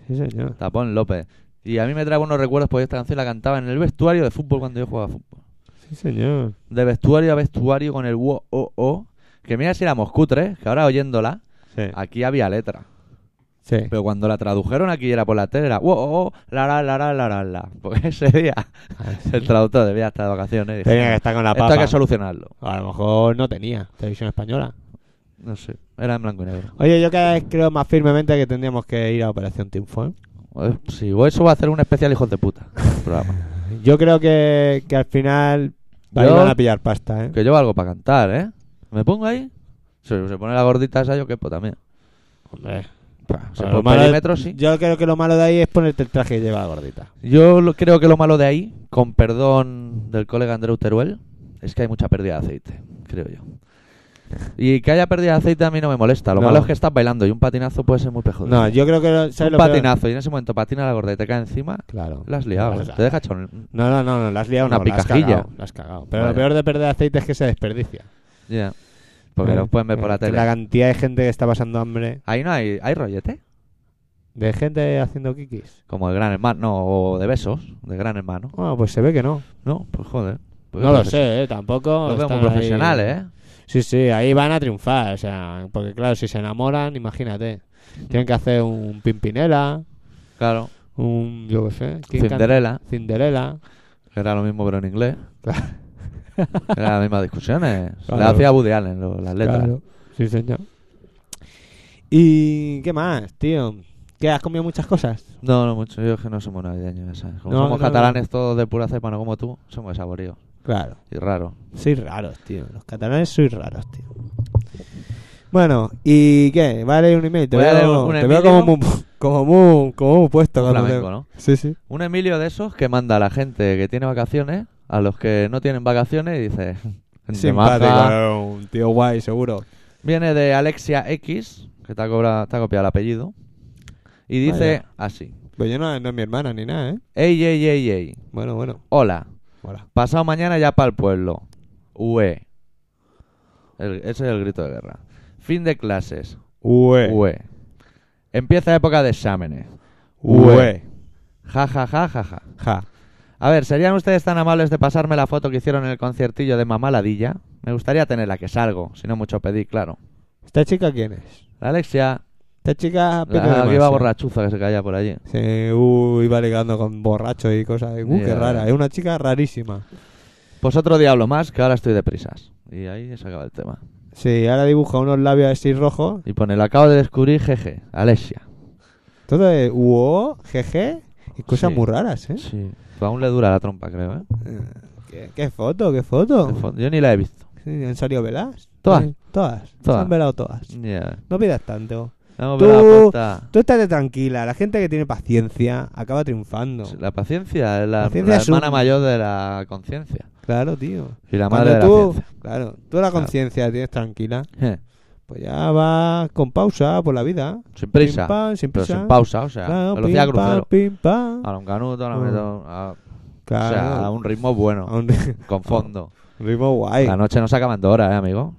[SPEAKER 1] Sí, señor.
[SPEAKER 2] Tapón López. Y a mí me trae buenos recuerdos porque esta canción la cantaba en el vestuario de fútbol cuando yo jugaba a fútbol.
[SPEAKER 1] Sí, señor.
[SPEAKER 2] De vestuario a vestuario con el wo o o Que mira si éramos cutres, que ahora oyéndola,
[SPEAKER 1] Sí.
[SPEAKER 2] aquí había letra.
[SPEAKER 1] sí.
[SPEAKER 2] Pero cuando la tradujeron aquí era por la tele, era wo o o, la la la la la la la. [LAUGHS] Porque ese día el traductor debía estar de vacaciones. y dijo,
[SPEAKER 1] Tenía que estar con la
[SPEAKER 2] Esto
[SPEAKER 1] papa.
[SPEAKER 2] hay que solucionarlo.
[SPEAKER 1] a lo mejor no tenía televisión española.
[SPEAKER 2] No sé, era en blanco y negro.
[SPEAKER 1] Oye, yo cada vez creo más firmemente que tendríamos que ir a Operación Tinfo. ¿eh?
[SPEAKER 2] Eh, Sí, o eso va a hacer un especial hijos de puta. [LAUGHS] programa.
[SPEAKER 1] Yo creo que, que al final ahí
[SPEAKER 2] Yo-
[SPEAKER 1] van a pillar pasta, ¿eh?
[SPEAKER 2] Que llevo algo para cantar, ¿eh? ¿Me pongo ahí? Se, se pone la gordita esa, yo quepo también.
[SPEAKER 1] Hombre.
[SPEAKER 2] Pah, Si
[SPEAKER 1] Pero
[SPEAKER 2] por
[SPEAKER 1] Pues, lo malo-
[SPEAKER 2] perímetro, sí.
[SPEAKER 1] Yo creo que lo malo de ahí es ponerte el traje que lleva la gordita.
[SPEAKER 2] Yo lo- creo que lo malo de ahí, con perdón del colega Andreu Teruel, es que hay mucha pérdida de aceite, creo yo. Y que haya pérdida de aceite a mí no me molesta. Lo
[SPEAKER 1] No.
[SPEAKER 2] malo es que estás bailando y un patinazo puede ser muy pejudo.
[SPEAKER 1] No, yo creo que... lo- ¿sabes
[SPEAKER 2] un
[SPEAKER 1] lo peor?
[SPEAKER 2] patinazo y en ese momento patina la gorda y te cae encima,
[SPEAKER 1] Claro.
[SPEAKER 2] la has liado.
[SPEAKER 1] Claro,
[SPEAKER 2] ¿eh?
[SPEAKER 1] claro.
[SPEAKER 2] Te deja hecho un-
[SPEAKER 1] No, no, no, no, la has liado
[SPEAKER 2] Una
[SPEAKER 1] no, la has
[SPEAKER 2] picajilla.
[SPEAKER 1] cagado, la has cagado. Pero lo
[SPEAKER 2] Vaya.
[SPEAKER 1] peor de perder aceite es que se desperdicia.
[SPEAKER 2] Ya. Porque
[SPEAKER 1] Eh,
[SPEAKER 2] los pueden ver
[SPEAKER 1] eh,
[SPEAKER 2] por la
[SPEAKER 1] que
[SPEAKER 2] tele.
[SPEAKER 1] La cantidad de gente que está pasando hambre,
[SPEAKER 2] Ahí no hay, hay rollete,
[SPEAKER 1] de gente haciendo kikis.
[SPEAKER 2] como de gran hermano, no, o de besos, de gran hermano.
[SPEAKER 1] Bueno, pues se ve que no.
[SPEAKER 2] No, pues joder. Pues
[SPEAKER 1] No lo
[SPEAKER 2] profes-
[SPEAKER 1] sé, ¿eh? tampoco.
[SPEAKER 2] Los veo muy
[SPEAKER 1] están ahí-
[SPEAKER 2] profesionales, ¿eh?
[SPEAKER 1] Sí, sí, ahí van a triunfar, o sea, porque claro, si se enamoran, imagínate. Tienen que hacer un Pimpinela,
[SPEAKER 2] Claro.
[SPEAKER 1] un, yo qué sé. ¿quién canta?
[SPEAKER 2] Cinderella.
[SPEAKER 1] Cinderella.
[SPEAKER 2] Que era lo mismo pero en
[SPEAKER 1] [LAUGHS]
[SPEAKER 2] inglés.
[SPEAKER 1] Claro.
[SPEAKER 2] Era la misma discusión. eh.
[SPEAKER 1] Claro.
[SPEAKER 2] Le hacía Woody Allen lo- las letras.
[SPEAKER 1] Claro. Sí, señor. ¿Y qué más, tío? ¿Qué, has comido muchas cosas?
[SPEAKER 2] No, no mucho. Yo es que no somos navideños, ya sabes. Como
[SPEAKER 1] No,
[SPEAKER 2] somos
[SPEAKER 1] no,
[SPEAKER 2] catalanes todos de pura cepa, no como tú, somos saboríos.
[SPEAKER 1] Claro.
[SPEAKER 2] Y raro.
[SPEAKER 1] Sois raros, tío. Los catalanes sois raros, tío. Bueno, ¿y qué? ¿Va a leer un email? Te
[SPEAKER 2] Voy a leer
[SPEAKER 1] veo,
[SPEAKER 2] un
[SPEAKER 1] te veo
[SPEAKER 2] Emilio.
[SPEAKER 1] como muy, [LAUGHS] como muy, como muy puesto.
[SPEAKER 2] Un
[SPEAKER 1] cuando te-
[SPEAKER 2] flamenco, ¿no?
[SPEAKER 1] Sí, sí.
[SPEAKER 2] Un Emilio de esos que manda a la gente que tiene vacaciones, a los que no tienen vacaciones y dice... [LAUGHS] "Gente
[SPEAKER 1] Simpático,
[SPEAKER 2] maja".
[SPEAKER 1] ¿no? un tío guay, seguro.
[SPEAKER 2] Viene de Alexia X, que te ha, cobra- te ha copiado el apellido. Y
[SPEAKER 1] Vaya.
[SPEAKER 2] dice así.
[SPEAKER 1] Pues yo no, no es mi hermana ni nada, ¿eh?
[SPEAKER 2] Ey, ey, ey, ey.
[SPEAKER 1] Bueno, bueno.
[SPEAKER 2] Hola.
[SPEAKER 1] Mola.
[SPEAKER 2] Pasado mañana ya para el pueblo. UE. El- ese es el grito de guerra. Fin de clases.
[SPEAKER 1] Ue.
[SPEAKER 2] UE. Empieza época de exámenes.
[SPEAKER 1] Ue.
[SPEAKER 2] Ja, ja, ja, ja, ja.
[SPEAKER 1] Ja.
[SPEAKER 2] A ver, ¿serían ustedes tan amables de pasarme la foto que hicieron en el conciertillo de Mamá Ladilla? Me gustaría tenerla que salgo, si no mucho pedí, claro.
[SPEAKER 1] ¿Esta chica quién es?
[SPEAKER 2] La Alexia,
[SPEAKER 1] Esta chica Pepe
[SPEAKER 2] la que
[SPEAKER 1] Demasi.
[SPEAKER 2] iba borrachuza que se caía por allí.
[SPEAKER 1] Sí, uh, iba ligando con borracho y cosas. Uh, qué
[SPEAKER 2] Ya.
[SPEAKER 1] rara. Es una chica rarísima.
[SPEAKER 2] Pues otro diablo más, que ahora estoy de prisas. Y ahí se acaba el tema.
[SPEAKER 1] Sí, ahora dibuja unos labios así rojos.
[SPEAKER 2] Y pone, lo acabo de descubrir, jeje, Alexia.
[SPEAKER 1] Todo es uo, jeje. Y cosas
[SPEAKER 2] Sí.
[SPEAKER 1] muy raras, ¿eh?
[SPEAKER 2] Sí. Pues Aún le dura la trompa, creo, ¿eh?
[SPEAKER 1] ¿Qué, qué foto? ¿Qué foto?
[SPEAKER 2] De fondo. Yo ni la he visto.
[SPEAKER 1] Sí, ¿Han salido velas?
[SPEAKER 2] Todas.
[SPEAKER 1] Sí, Todas. Se
[SPEAKER 2] Todas.
[SPEAKER 1] han velado todas.
[SPEAKER 2] Ya.
[SPEAKER 1] No pidas tanto.
[SPEAKER 2] Vamos
[SPEAKER 1] Tú-
[SPEAKER 2] a ver la apuesta.
[SPEAKER 1] Tú estate tranquila. La gente que tiene paciencia acaba triunfando.
[SPEAKER 2] La paciencia es la,
[SPEAKER 1] Paciencia
[SPEAKER 2] la
[SPEAKER 1] es un-
[SPEAKER 2] hermana mayor de la conciencia.
[SPEAKER 1] Claro, tío.
[SPEAKER 2] Y la
[SPEAKER 1] Cuando
[SPEAKER 2] madre de la
[SPEAKER 1] tú,
[SPEAKER 2] ciencia.
[SPEAKER 1] claro, tú la
[SPEAKER 2] Claro.
[SPEAKER 1] conciencia la tienes tranquila,
[SPEAKER 2] Je,
[SPEAKER 1] pues ya vas con pausa por la vida.
[SPEAKER 2] Sin prisa.
[SPEAKER 1] Pim, pam, sin
[SPEAKER 2] pero
[SPEAKER 1] prisa.
[SPEAKER 2] sin pausa, o sea,
[SPEAKER 1] Claro,
[SPEAKER 2] velocidad
[SPEAKER 1] pim, pam,
[SPEAKER 2] crucero.
[SPEAKER 1] pim, pam.
[SPEAKER 2] A un canuto, a, la
[SPEAKER 1] Mm.
[SPEAKER 2] meto- a- o
[SPEAKER 1] Claro.
[SPEAKER 2] sea, a un ritmo
[SPEAKER 1] a
[SPEAKER 2] bueno,
[SPEAKER 1] un [LAUGHS]
[SPEAKER 2] con fondo.
[SPEAKER 1] ritmo guay.
[SPEAKER 2] La noche no se acaban dos horas, ¿eh, amigo?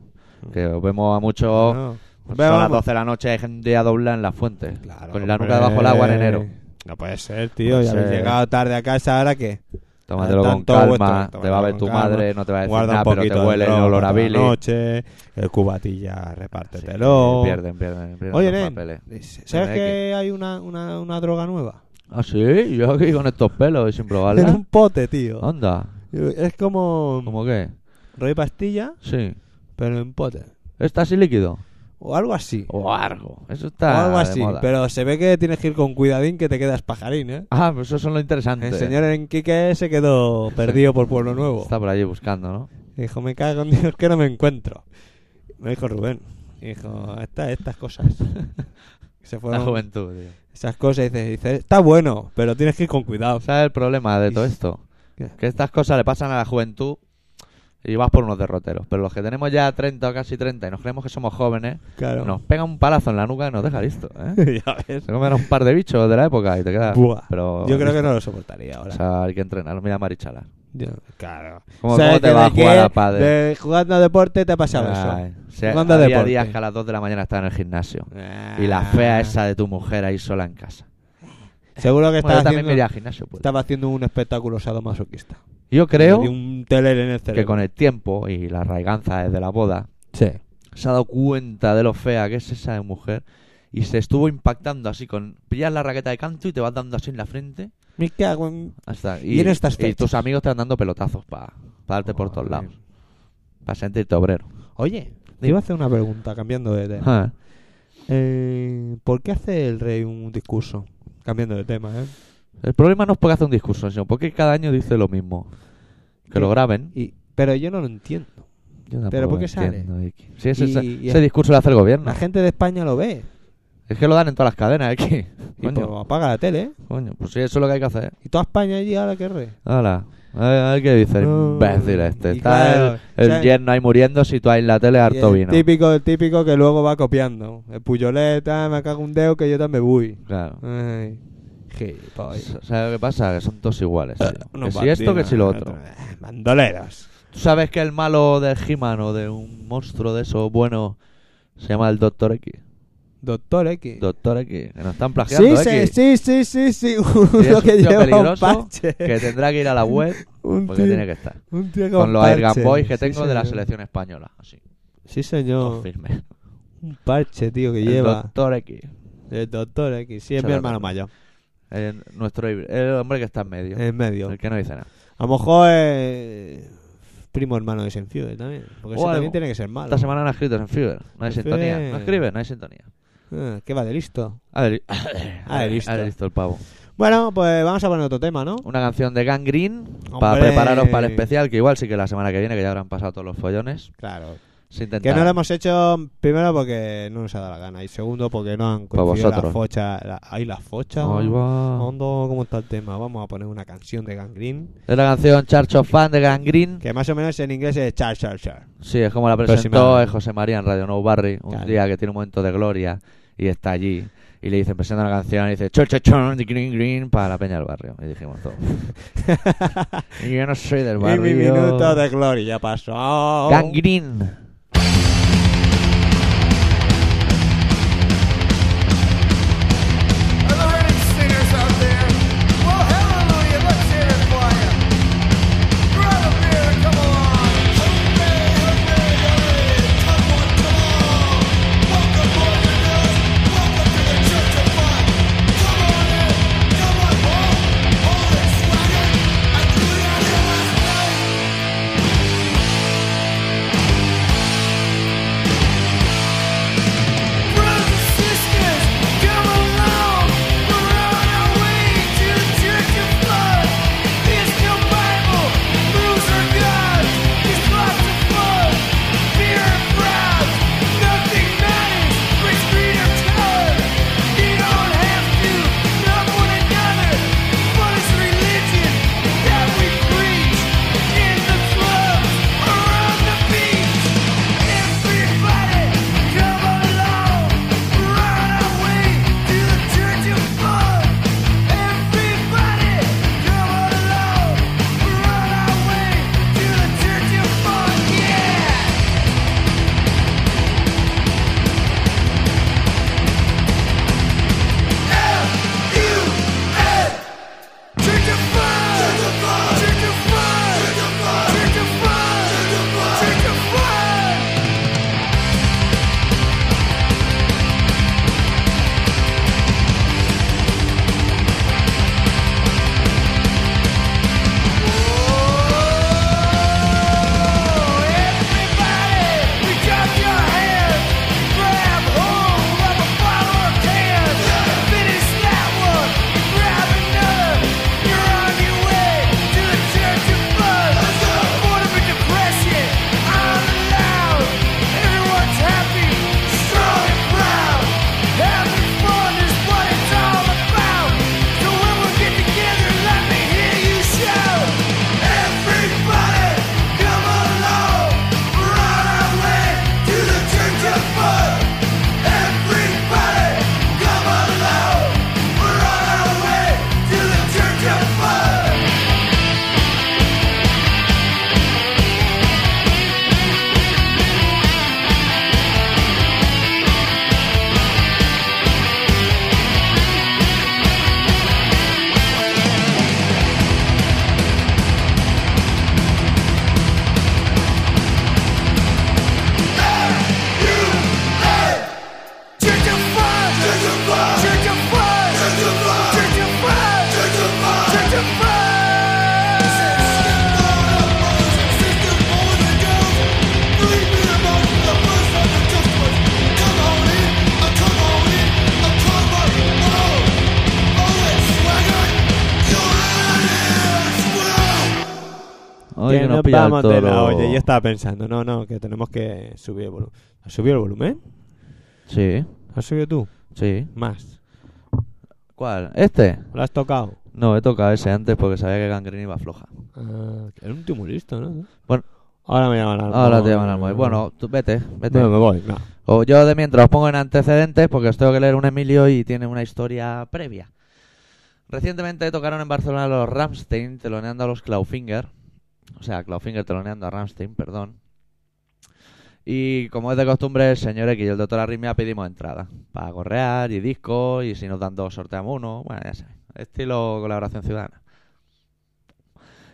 [SPEAKER 2] Que vemos a muchos...
[SPEAKER 1] No.
[SPEAKER 2] pues
[SPEAKER 1] Vemos-
[SPEAKER 2] son las 12 de la noche, hay gente a doblar en las fuentes.
[SPEAKER 1] Claro,
[SPEAKER 2] con la
[SPEAKER 1] hombre.
[SPEAKER 2] nuca debajo del agua en enero.
[SPEAKER 1] No puede ser, tío.
[SPEAKER 2] No
[SPEAKER 1] ya habéis
[SPEAKER 2] sé.
[SPEAKER 1] llegado tarde a casa, ¿ahora qué?
[SPEAKER 2] Tómatelo
[SPEAKER 1] Están
[SPEAKER 2] con
[SPEAKER 1] todos
[SPEAKER 2] calma,
[SPEAKER 1] vuestros-
[SPEAKER 2] te va a
[SPEAKER 1] tómatelo
[SPEAKER 2] ver tu
[SPEAKER 1] con calma.
[SPEAKER 2] madre, no te va a decir
[SPEAKER 1] Guarda
[SPEAKER 2] nada,
[SPEAKER 1] un
[SPEAKER 2] pero
[SPEAKER 1] poquito
[SPEAKER 2] te
[SPEAKER 1] de
[SPEAKER 2] huele el
[SPEAKER 1] droga
[SPEAKER 2] olor a
[SPEAKER 1] por la
[SPEAKER 2] Billy.
[SPEAKER 1] noche, el cubatilla,
[SPEAKER 2] Así que
[SPEAKER 1] repártetelo.
[SPEAKER 2] Pierden, pierden, pierden
[SPEAKER 1] Oye,
[SPEAKER 2] los
[SPEAKER 1] nen,
[SPEAKER 2] papeles.
[SPEAKER 1] ¿sabes
[SPEAKER 2] Tiene
[SPEAKER 1] que hay una, una, una droga nueva?
[SPEAKER 2] Ah, sí, yo aquí con estos pelos y sin
[SPEAKER 1] En [LAUGHS]
[SPEAKER 2] probarla.
[SPEAKER 1] un pote, tío.
[SPEAKER 2] Anda,
[SPEAKER 1] Es como
[SPEAKER 2] ¿cómo qué?
[SPEAKER 1] rollo pastilla,
[SPEAKER 2] Sí.
[SPEAKER 1] pero en pote.
[SPEAKER 2] ¿Está así líquido?
[SPEAKER 1] O algo así.
[SPEAKER 2] O algo. Eso
[SPEAKER 1] O
[SPEAKER 2] Oh, está.
[SPEAKER 1] algo
[SPEAKER 2] de
[SPEAKER 1] así.
[SPEAKER 2] moda.
[SPEAKER 1] Pero se ve que tienes que ir con cuidadín que te quedas pajarín, ¿eh?
[SPEAKER 2] Ah, pues eso son lo interesante.
[SPEAKER 1] El señor Enquique se quedó perdido por Pueblo Nuevo.
[SPEAKER 2] Está por allí buscando, ¿no?
[SPEAKER 1] Dijo, me cago en Dios que no me encuentro. Me dijo Rubén. Dijo, estas, estas
[SPEAKER 2] [LAUGHS]
[SPEAKER 1] cosas. se
[SPEAKER 2] Mm. La
[SPEAKER 1] fueron
[SPEAKER 2] juventud, tío.
[SPEAKER 1] esas cosas. Dice, dice, está bueno, pero tienes que ir con cuidado.
[SPEAKER 2] ¿Sabes el problema de todo esto?
[SPEAKER 1] ¿Qué?
[SPEAKER 2] Que estas cosas le pasan a la juventud y vas por unos derroteros. Pero los que tenemos ya 30 o casi 30 y nos creemos que somos jóvenes,
[SPEAKER 1] Claro.
[SPEAKER 2] nos pega un palazo en la nuca y nos deja listo, ¿eh?
[SPEAKER 1] [LAUGHS] ya ves.
[SPEAKER 2] Se comen a un par de bichos de la época y te quedas.
[SPEAKER 1] Buah.
[SPEAKER 2] Pero
[SPEAKER 1] Yo creo que no lo soportaría
[SPEAKER 2] O
[SPEAKER 1] ahora.
[SPEAKER 2] sea, hay que entrenar. Mira a Marichala.
[SPEAKER 1] Yo- claro.
[SPEAKER 2] ¿Cómo,
[SPEAKER 1] ¿Sabes
[SPEAKER 2] cómo te
[SPEAKER 1] que
[SPEAKER 2] va
[SPEAKER 1] de
[SPEAKER 2] a jugar
[SPEAKER 1] qué?
[SPEAKER 2] a padre?
[SPEAKER 1] De jugando a deporte te ha pasado eso. Jugando a
[SPEAKER 2] había
[SPEAKER 1] deporte. Ah.
[SPEAKER 2] días que a las 2 de la mañana estaba en el gimnasio. Y la fea esa de tu mujer ahí sola en casa.
[SPEAKER 1] Seguro que
[SPEAKER 2] Bueno, yo
[SPEAKER 1] estaba,
[SPEAKER 2] también me iría
[SPEAKER 1] haciendo,
[SPEAKER 2] al gimnasio. pues.
[SPEAKER 1] estaba haciendo un espectáculo sadomasoquista.
[SPEAKER 2] Yo creo
[SPEAKER 1] Y un teler en el
[SPEAKER 2] que
[SPEAKER 1] cerebro.
[SPEAKER 2] con el tiempo y la arraiganza desde la boda
[SPEAKER 1] Sí.
[SPEAKER 2] se ha dado cuenta de lo fea que es esa mujer y se estuvo impactando así con pillas la raqueta de canto y te vas dando así en la frente
[SPEAKER 1] Me cago en-
[SPEAKER 2] hasta
[SPEAKER 1] Y en estas fechas.
[SPEAKER 2] tus amigos te van dando pelotazos para darte por todos lados para sentirte obrero
[SPEAKER 1] Oye, te iba a hacer una pregunta cambiando de tema.
[SPEAKER 2] Ah,
[SPEAKER 1] Eh, ¿Por qué hace el rey un discurso? Cambiando de tema, ¿eh?
[SPEAKER 2] el problema no es porque hace un discurso sino porque cada año dice lo mismo que
[SPEAKER 1] ¿Qué?
[SPEAKER 2] lo graben
[SPEAKER 1] Y, pero yo no lo entiendo.
[SPEAKER 2] Yo tampoco
[SPEAKER 1] Pero ¿por qué
[SPEAKER 2] lo
[SPEAKER 1] sale?
[SPEAKER 2] entiendo, Iki. Si ese,
[SPEAKER 1] Y-
[SPEAKER 2] ese-
[SPEAKER 1] y-
[SPEAKER 2] ese discurso lo hace el gobierno
[SPEAKER 1] La gente de España lo ve.
[SPEAKER 2] es que lo dan en todas las cadenas Iki.
[SPEAKER 1] Y
[SPEAKER 2] [LAUGHS] coño
[SPEAKER 1] pues, apaga la tele, ¿eh?
[SPEAKER 2] coño pues sí eso es lo que hay que hacer
[SPEAKER 1] Y toda España allí ahora que rey.
[SPEAKER 2] Hala, a ver, a ver qué dice el
[SPEAKER 1] No.
[SPEAKER 2] imbécil este.
[SPEAKER 1] Y
[SPEAKER 2] Está
[SPEAKER 1] claro,
[SPEAKER 2] el, el
[SPEAKER 1] ¿sabes?
[SPEAKER 2] yerno ahí muriendo si tú ahí en la tele
[SPEAKER 1] Y
[SPEAKER 2] harto
[SPEAKER 1] el
[SPEAKER 2] vino.
[SPEAKER 1] Típico, el típico que luego va copiando. El puyoleta, me cago un dedo que yo también voy.
[SPEAKER 2] Claro.
[SPEAKER 1] Ay, gilipollas. Eh,
[SPEAKER 2] ¿Sabes qué pasa? Que son todos iguales. tío.
[SPEAKER 1] Unos
[SPEAKER 2] que si esto, que
[SPEAKER 1] bandidos,
[SPEAKER 2] si lo
[SPEAKER 1] eh,
[SPEAKER 2] otro.
[SPEAKER 1] eh, Bandoleros.
[SPEAKER 2] ¿Tú sabes que el malo de He-Man o de un monstruo de esos buenos se llama el Doctor X?
[SPEAKER 1] Doctor X.
[SPEAKER 2] Doctor X, que nos están
[SPEAKER 1] Sí,
[SPEAKER 2] plagiando.
[SPEAKER 1] sí,
[SPEAKER 2] X.
[SPEAKER 1] sí, sí, sí, sí.
[SPEAKER 2] Y es
[SPEAKER 1] Uno
[SPEAKER 2] un
[SPEAKER 1] que
[SPEAKER 2] tío
[SPEAKER 1] lleva un
[SPEAKER 2] peligroso
[SPEAKER 1] parche.
[SPEAKER 2] que tendrá que ir a la web
[SPEAKER 1] [LAUGHS] Un
[SPEAKER 2] porque
[SPEAKER 1] tío-
[SPEAKER 2] tiene que estar.
[SPEAKER 1] un tío
[SPEAKER 2] Con los
[SPEAKER 1] parche.
[SPEAKER 2] Air Gun Boys que
[SPEAKER 1] Sí,
[SPEAKER 2] tengo de la
[SPEAKER 1] señor.
[SPEAKER 2] selección española. Así,
[SPEAKER 1] Sí,
[SPEAKER 2] todos
[SPEAKER 1] señor.
[SPEAKER 2] firmes.
[SPEAKER 1] Un parche, tío, que
[SPEAKER 2] El
[SPEAKER 1] lleva.
[SPEAKER 2] Doctor X.
[SPEAKER 1] El doctor X. Sí, es
[SPEAKER 2] Se
[SPEAKER 1] mi
[SPEAKER 2] lo
[SPEAKER 1] hermano
[SPEAKER 2] tomo.
[SPEAKER 1] mayor.
[SPEAKER 2] El, nuestro, híbrido, el hombre que está en medio.
[SPEAKER 1] En medio.
[SPEAKER 2] El que no dice nada.
[SPEAKER 1] A lo mejor es primo hermano de Senfield también. Porque
[SPEAKER 2] O
[SPEAKER 1] ese también
[SPEAKER 2] algo.
[SPEAKER 1] tiene que ser malo.
[SPEAKER 2] Esta semana no ha escrito en Fever. No hay
[SPEAKER 1] Sin
[SPEAKER 2] sintonía.
[SPEAKER 1] Fever.
[SPEAKER 2] No escribe, no hay sintonía.
[SPEAKER 1] Ah, que va de listo.
[SPEAKER 2] A ver, [COUGHS]
[SPEAKER 1] Ah, de listo.
[SPEAKER 2] a ver, listo el pavo.
[SPEAKER 1] Bueno, pues vamos a poner otro tema, ¿no?
[SPEAKER 2] Una canción de Gang Green para
[SPEAKER 1] Hombre.
[SPEAKER 2] prepararos para el especial, que igual sí que la semana que viene, que ya habrán pasado todos los follones.
[SPEAKER 1] Claro.
[SPEAKER 2] Se intentará.
[SPEAKER 1] Que no lo hemos hecho primero porque no nos ha dado la gana. Y segundo porque no han
[SPEAKER 2] Pues
[SPEAKER 1] coincidido la
[SPEAKER 2] vosotros.
[SPEAKER 1] focha. La, ahí la focha.
[SPEAKER 2] Ahí va.
[SPEAKER 1] Hondo, ¿cómo está el tema? Vamos a poner una canción de Gangreen.
[SPEAKER 2] Es la canción Church of Fan de Gang Green.
[SPEAKER 1] Que más o menos en inglés es Char, Char, Char.
[SPEAKER 2] Sí, es como la
[SPEAKER 1] Pero si
[SPEAKER 2] presentó
[SPEAKER 1] me-
[SPEAKER 2] es José María en Radio Nou Barry, un
[SPEAKER 1] Claro.
[SPEAKER 2] día que tiene un momento de gloria y está allí. Y le dicen, presenta una canción, y dice, chon, chon, chon, de green, green, para la peña del barrio. Y dijimos
[SPEAKER 1] [LAUGHS]
[SPEAKER 2] todos, "Y yo no soy del
[SPEAKER 1] y
[SPEAKER 2] barrio.
[SPEAKER 1] mi minuto de gloria ya pasó.
[SPEAKER 2] Gang Green.
[SPEAKER 4] Are there any sinners out there? Well, hallelujah, let's hear it for you.
[SPEAKER 2] ha pillado el
[SPEAKER 1] Vamos de la
[SPEAKER 2] toro.
[SPEAKER 1] olla. Y Yo estaba pensando, no, no, que tenemos que subir el volumen. ¿Has subido el volumen?
[SPEAKER 2] Sí,
[SPEAKER 1] ¿Has subido tú?
[SPEAKER 2] sí.
[SPEAKER 1] Más.
[SPEAKER 2] ¿Cuál? ¿Este?
[SPEAKER 1] ¿Lo has tocado?
[SPEAKER 2] No, he tocado ese antes porque sabía que Gangrene iba floja.
[SPEAKER 1] Ah, era un timurista, ¿no?
[SPEAKER 2] Bueno.
[SPEAKER 1] Ahora me llaman al
[SPEAKER 2] Ahora te llaman al móvil. Bueno, tú vete, vete.
[SPEAKER 1] Bueno, me voy. va.
[SPEAKER 2] O yo de mientras os pongo en antecedentes porque os tengo que leer un Emilio y tiene una historia previa. Recientemente tocaron en Barcelona los Ramstein teloneando a los Clawfinger. O sea, Clawfinger teloneando a Ramstein, perdón. Y como es de costumbre, el señor X y el doctor Arritmia pedimos entrada. Para correar y discos, y si nos dan dos, sorteamos uno. Bueno, ya sabes. Estilo colaboración ciudadana.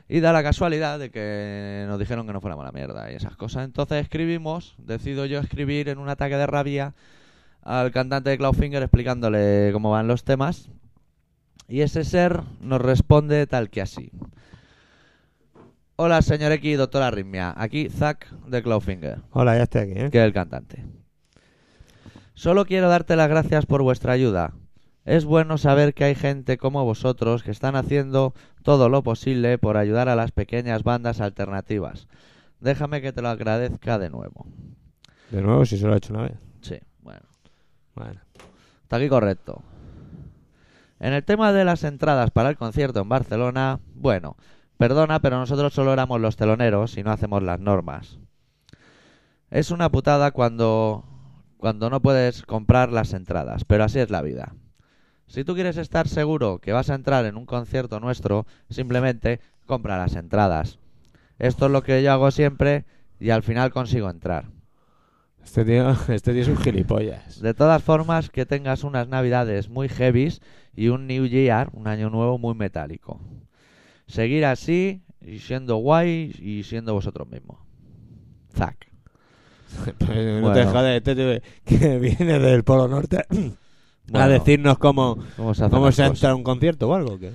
[SPEAKER 2] Y da la casualidad de que nos dijeron que no fuéramos a la mierda y esas cosas. Entonces escribimos, decido yo escribir en un ataque de rabia al cantante de Clawfinger explicándole cómo van los temas. Y ese ser nos responde tal que así. Hola, señor X, y doctora Arritmia. Aquí Zack de Clawfinger
[SPEAKER 1] Hola, ya estoy aquí, ¿eh?
[SPEAKER 2] que el cantante. Solo quiero darte las gracias por vuestra ayuda. Es bueno saber que hay gente como vosotros que están haciendo todo lo posible por ayudar a las pequeñas bandas alternativas. Déjame que te lo agradezca de nuevo.
[SPEAKER 1] De nuevo, si solo he hecho una vez.
[SPEAKER 2] Sí, bueno.
[SPEAKER 1] Bueno.
[SPEAKER 2] Está aquí correcto. En el tema de las entradas para el concierto en Barcelona, bueno, perdona, pero nosotros solo éramos los teloneros y no hacemos las normas. Es una putada cuando cuando no puedes comprar las entradas, pero así es la vida. Si tú quieres estar seguro que vas a entrar en un concierto nuestro, simplemente compra las entradas. Esto es lo que yo hago siempre y al final consigo entrar.
[SPEAKER 1] Este tío, [LAUGHS] este tío es un gilipollas. [LAUGHS]
[SPEAKER 2] De todas formas, que tengas unas navidades muy heavies y un New Year, un año nuevo muy metálico. Seguir así y siendo guay y siendo vosotros mismos. Zack.
[SPEAKER 1] Pues no te
[SPEAKER 2] Bueno.
[SPEAKER 1] jodas, este tío que [LAUGHS] viene del Polo Norte [CLEARS THROAT] a
[SPEAKER 2] Bueno,
[SPEAKER 1] decirnos cómo,
[SPEAKER 2] ¿cómo se hacen
[SPEAKER 1] cómo
[SPEAKER 2] las
[SPEAKER 1] se
[SPEAKER 2] cosas?
[SPEAKER 1] entra a un concierto o algo. ¿o qué?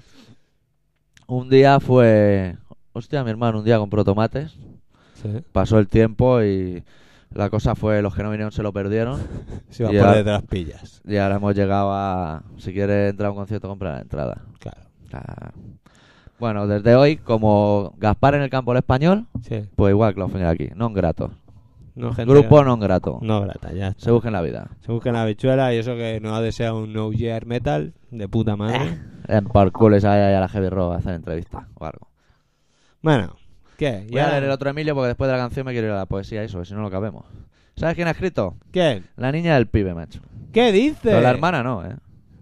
[SPEAKER 2] Un día fue... Hostia, mi hermano un día compró tomates,
[SPEAKER 1] Sí.
[SPEAKER 2] pasó el tiempo y la cosa fue los que no vinieron se lo perdieron
[SPEAKER 1] Se va
[SPEAKER 2] Y
[SPEAKER 1] por
[SPEAKER 2] ahora-
[SPEAKER 1] detrás pillas.
[SPEAKER 2] y ahora hemos llegado a... Si quieres entrar a un concierto, compra la entrada.
[SPEAKER 1] Claro.
[SPEAKER 2] Ah. Bueno, desde hoy, como Gaspar en el campo del español,
[SPEAKER 1] Sí.
[SPEAKER 2] Pues igual que los fingers aquí, non grato.
[SPEAKER 1] No, gente-
[SPEAKER 2] Grupo non grato.
[SPEAKER 1] No grata, ya.
[SPEAKER 2] Se busca en la vida.
[SPEAKER 1] Se busca la habichuela y eso que nos ha deseado un no year metal de puta madre.
[SPEAKER 2] En por cules ahí ahí a la Heavy Rock a hacer entrevista o algo.
[SPEAKER 1] Bueno, ¿qué?
[SPEAKER 2] Voy
[SPEAKER 1] ¿Ya
[SPEAKER 2] a leer el otro Emilio porque después de la canción me quiero ir a la poesía y eso, que si no lo cabemos. ¿Sabes quién ha escrito?
[SPEAKER 1] ¿Qué?
[SPEAKER 2] La niña del pibe, macho.
[SPEAKER 1] ¿Qué dices?
[SPEAKER 2] Pero la hermana no, ¿eh?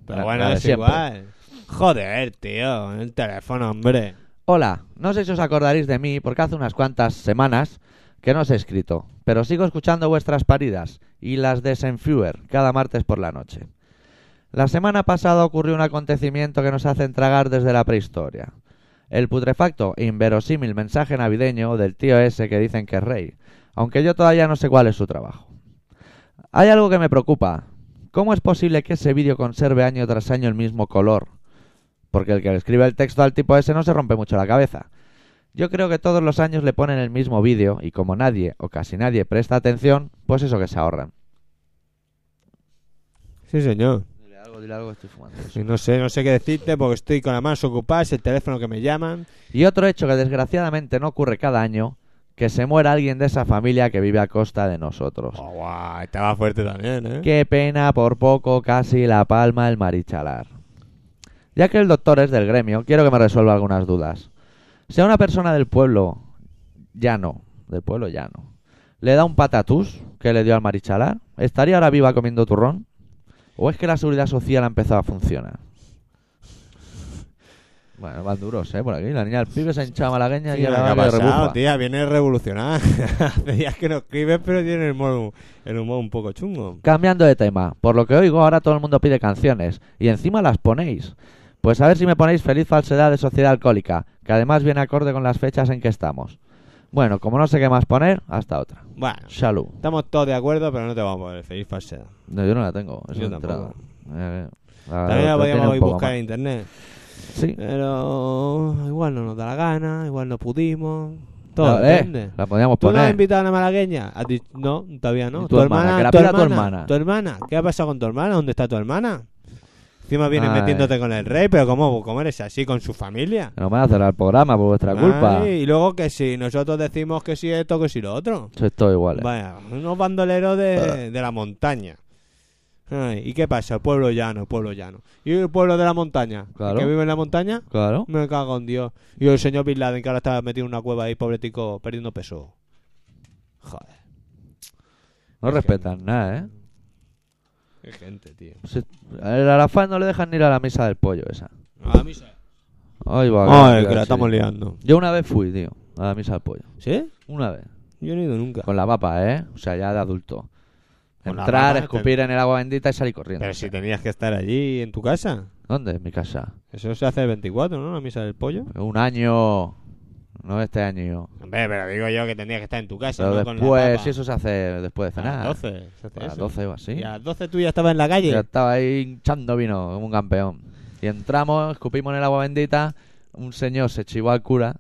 [SPEAKER 1] Pero
[SPEAKER 2] la-
[SPEAKER 1] bueno,
[SPEAKER 2] la de
[SPEAKER 1] es
[SPEAKER 2] siempre.
[SPEAKER 1] igual. Joder, tío, el teléfono, hombre.
[SPEAKER 2] Hola, no sé si os acordaréis de mí porque hace unas cuantas semanas que no os he escrito, pero sigo escuchando vuestras paridas y las de Senfuer cada martes por la noche. La semana pasada ocurrió un acontecimiento que nos hace tragar desde la prehistoria. El putrefacto e inverosímil mensaje navideño del tío ese que dicen que es rey, aunque yo todavía no sé cuál es su trabajo. Hay algo que me preocupa. ¿Cómo es posible que ese vídeo conserve año tras año el mismo color? Porque el que escribe el texto al tipo ese no se rompe mucho la cabeza. Yo creo que todos los años le ponen el mismo vídeo y como nadie o casi nadie presta atención, pues eso que se ahorran.
[SPEAKER 1] Sí, señor.
[SPEAKER 2] Dile algo, dile algo, estoy fumando.
[SPEAKER 1] Sí, no sé, no sé qué decirte porque estoy con las manos ocupadas, el teléfono que me llaman.
[SPEAKER 2] Y otro hecho que desgraciadamente no ocurre cada año, que se muera alguien de esa familia que vive a costa de nosotros.
[SPEAKER 1] Oh, guau, estaba fuerte también, ¿eh?
[SPEAKER 2] Qué pena, por poco, casi la palma el marichalar. Ya que el doctor es del gremio, quiero que me resuelva algunas dudas. Si a una persona del pueblo llano, del pueblo llano, le da un patatús que le dio al marichalar, ¿estaría ahora viva comiendo turrón? ¿O es que la seguridad social ha empezado a funcionar? Bueno, van duros, ¿eh? Por aquí, la niña del pibe se ha hinchado malagueña y
[SPEAKER 1] Sí,
[SPEAKER 2] a
[SPEAKER 1] lo
[SPEAKER 2] la
[SPEAKER 1] que ha
[SPEAKER 2] hora que
[SPEAKER 1] pasado,
[SPEAKER 2] rebufa.
[SPEAKER 1] tía, viene revolucionada. [LAUGHS] Hace días que no escribes, pero tiene el humor, el humor un poco chungo.
[SPEAKER 2] Cambiando de tema, por lo que oigo ahora todo el mundo pide canciones y encima las ponéis. Pues a ver si me ponéis Feliz Falsedad de Sociedad Alcohólica, que además viene acorde con las fechas en que estamos. Bueno, como no sé qué más poner, hasta otra.
[SPEAKER 1] Bueno,
[SPEAKER 2] Salud.
[SPEAKER 1] estamos todos de acuerdo, pero no te vamos a poder feliz falsedad.
[SPEAKER 2] No, yo no la tengo. Es
[SPEAKER 1] Yo
[SPEAKER 2] una
[SPEAKER 1] tampoco.
[SPEAKER 2] entrada. Eh,
[SPEAKER 1] También
[SPEAKER 2] la- la
[SPEAKER 1] la
[SPEAKER 2] tiene
[SPEAKER 1] podíamos
[SPEAKER 2] un
[SPEAKER 1] ir
[SPEAKER 2] poco
[SPEAKER 1] buscar Eh, en
[SPEAKER 2] más.
[SPEAKER 1] internet,
[SPEAKER 2] Sí.
[SPEAKER 1] pero igual no nos da la gana, igual no pudimos. Todo
[SPEAKER 2] la, eh,
[SPEAKER 1] depende.
[SPEAKER 2] la podíamos
[SPEAKER 1] ¿Tú no has
[SPEAKER 2] poner.
[SPEAKER 1] invitado a una malagueña? Has dicho- no, todavía
[SPEAKER 2] ¿Y
[SPEAKER 1] no.
[SPEAKER 2] tu hermana? Que la pida tu hermana.
[SPEAKER 1] ¿Tu hermana? ¿Qué ha pasado con tu hermana? ¿Dónde está tu hermana? Encima vienes
[SPEAKER 2] Ay.
[SPEAKER 1] metiéndote con el rey, pero ¿cómo, cómo eres así con su familia?
[SPEAKER 2] No me van a cerrar el programa por vuestra culpa.
[SPEAKER 1] Ay, y luego que si nosotros decimos que sí esto, que sí lo otro.
[SPEAKER 2] Sois todos iguales.
[SPEAKER 1] Vaya, unos bandoleros de, de la montaña. Ay, ¿Y qué pasa? Pueblo llano, pueblo llano. ¿Y el pueblo de la montaña? ¿El
[SPEAKER 2] Claro.
[SPEAKER 1] ¿Que vive en la montaña?
[SPEAKER 2] Claro.
[SPEAKER 1] Me cago en Dios. Y el señor Bin Laden, que ahora está metido en una cueva ahí, pobre tico, perdiendo peso. Joder,
[SPEAKER 2] No respetan nada, ¿eh?
[SPEAKER 1] qué gente, tío.
[SPEAKER 2] Si- Al Arafat no le dejan ni ir a la misa del pollo esa.
[SPEAKER 1] A mí se...
[SPEAKER 2] Ay, va,
[SPEAKER 1] Ay,
[SPEAKER 2] que-
[SPEAKER 1] que la
[SPEAKER 2] sí.
[SPEAKER 1] estamos liando.
[SPEAKER 2] Yo una vez fui, tío, a la misa del pollo.
[SPEAKER 1] ¿Sí?
[SPEAKER 2] Una vez.
[SPEAKER 1] Yo no he ido nunca.
[SPEAKER 2] Con la papa, ¿eh? O sea, ya de adulto.
[SPEAKER 1] Con la
[SPEAKER 2] Entrar,
[SPEAKER 1] papa, este-
[SPEAKER 2] escupir en el agua bendita y salir corriendo.
[SPEAKER 1] Pero si tenías que estar allí en tu casa.
[SPEAKER 2] ¿Dónde? En mi casa.
[SPEAKER 1] Eso se hace el 24, ¿no? La misa del pollo.
[SPEAKER 2] Un año. No este año.
[SPEAKER 1] Hombre, pero digo yo que tenías que estar en tu casa,
[SPEAKER 2] Pero
[SPEAKER 1] no con la
[SPEAKER 2] después,
[SPEAKER 1] papa.
[SPEAKER 2] si eso se hace después de
[SPEAKER 1] A las
[SPEAKER 2] cenar.
[SPEAKER 1] 12. se hace
[SPEAKER 2] A las
[SPEAKER 1] eso.
[SPEAKER 2] 12 o así.
[SPEAKER 1] Y a las 12 tú ya estabas en la calle.
[SPEAKER 2] Yo estaba ahí hinchando vino como un campeón. Y entramos, escupimos en el agua bendita. Un señor se chivó al cura.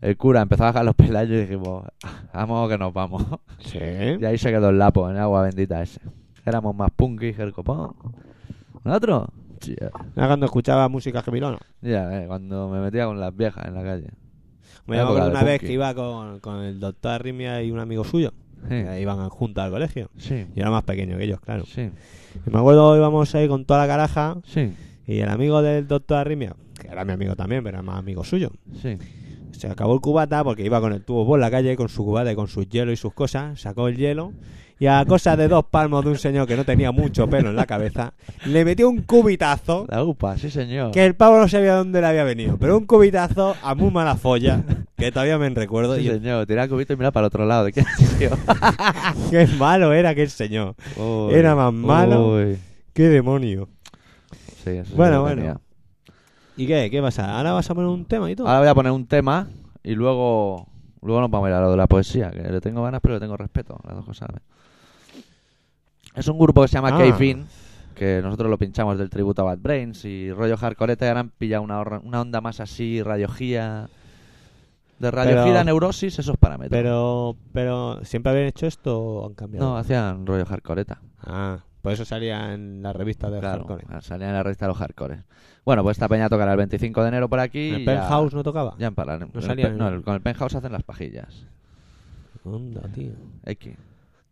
[SPEAKER 2] El cura empezó a bajar los [LAUGHS] pelayos y dijimos, "Ah, vamos que nos vamos.
[SPEAKER 1] Sí.
[SPEAKER 2] Y ahí se quedó el lapo en el agua bendita ese. Éramos más punky que el copón. ¿Nosotros? Ya,
[SPEAKER 1] Era cuando escuchaba música gemilona.
[SPEAKER 2] ya, eh, cuando me metía con las viejas en la calle.
[SPEAKER 1] Me
[SPEAKER 2] Época
[SPEAKER 1] acuerdo
[SPEAKER 2] de
[SPEAKER 1] una vez
[SPEAKER 2] punky.
[SPEAKER 1] que iba con, con el doctor Arrimia y un amigo suyo.
[SPEAKER 2] Sí,
[SPEAKER 1] que Iban juntos al colegio.
[SPEAKER 2] sí,
[SPEAKER 1] Yo era más pequeño que ellos, claro.
[SPEAKER 2] sí,
[SPEAKER 1] Y me acuerdo íbamos ahí con toda la caraja
[SPEAKER 2] sí,
[SPEAKER 1] y el amigo del doctor Arrimia, que era mi amigo también, pero era más amigo suyo,
[SPEAKER 2] sí.
[SPEAKER 1] se acabó el cubata porque iba con el tubo por la calle con su cubata y con sus hielos y sus cosas, sacó el hielo y a cosa de dos palmos de un señor que no tenía mucho pelo en la cabeza, le metió un cubitazo
[SPEAKER 2] La UPA, sí señor.
[SPEAKER 1] que el pavo no sabía dónde le había venido, pero un cubitazo a muy mala folla que todavía me recuerdo
[SPEAKER 2] Sí,
[SPEAKER 1] y
[SPEAKER 2] señor, tirar el cubito y mirar para el otro lado. ¿De qué sitio?
[SPEAKER 1] qué malo era aquel señor.
[SPEAKER 2] Uy,
[SPEAKER 1] [LAUGHS] Era más malo.
[SPEAKER 2] uy.
[SPEAKER 1] Qué demonio.
[SPEAKER 2] Sí, eso sí
[SPEAKER 1] Bueno,
[SPEAKER 2] lo
[SPEAKER 1] bueno.
[SPEAKER 2] tenía.
[SPEAKER 1] ¿Y qué? ¿Qué pasa? ¿Ahora vas a poner un tema y todo?
[SPEAKER 2] Ahora voy a poner un tema y luego luego nos vamos a ir a lo de la poesía, que le tengo ganas pero le tengo respeto, las dos cosas. ¿eh? Es un grupo que se llama
[SPEAKER 1] Ah.
[SPEAKER 2] K-Fin, que nosotros lo pinchamos del tributo a Bad Brains y rollo hardcore, ahora han pillado una, horra- una onda más así, radiogía. De radiogía
[SPEAKER 1] Pero-
[SPEAKER 2] a neurosis, esos parámetros.
[SPEAKER 1] Pero, pero, ¿siempre habían hecho esto o han cambiado?
[SPEAKER 2] No, hacían rollo hardcoreta.
[SPEAKER 1] Ah, por eso salía en la revista de
[SPEAKER 2] Claro, ah,
[SPEAKER 1] hardcore.
[SPEAKER 2] salían en la revista los hardcores. Bueno, pues esta peña tocará el 25 de enero por aquí.
[SPEAKER 1] ¿En el
[SPEAKER 2] y ya-
[SPEAKER 1] penthouse no tocaba?
[SPEAKER 2] Ya en Parla- en el
[SPEAKER 1] salían
[SPEAKER 2] pe-
[SPEAKER 1] en-
[SPEAKER 2] no, el- con el penthouse hacen las pajillas.
[SPEAKER 1] Onda, tío.
[SPEAKER 2] X.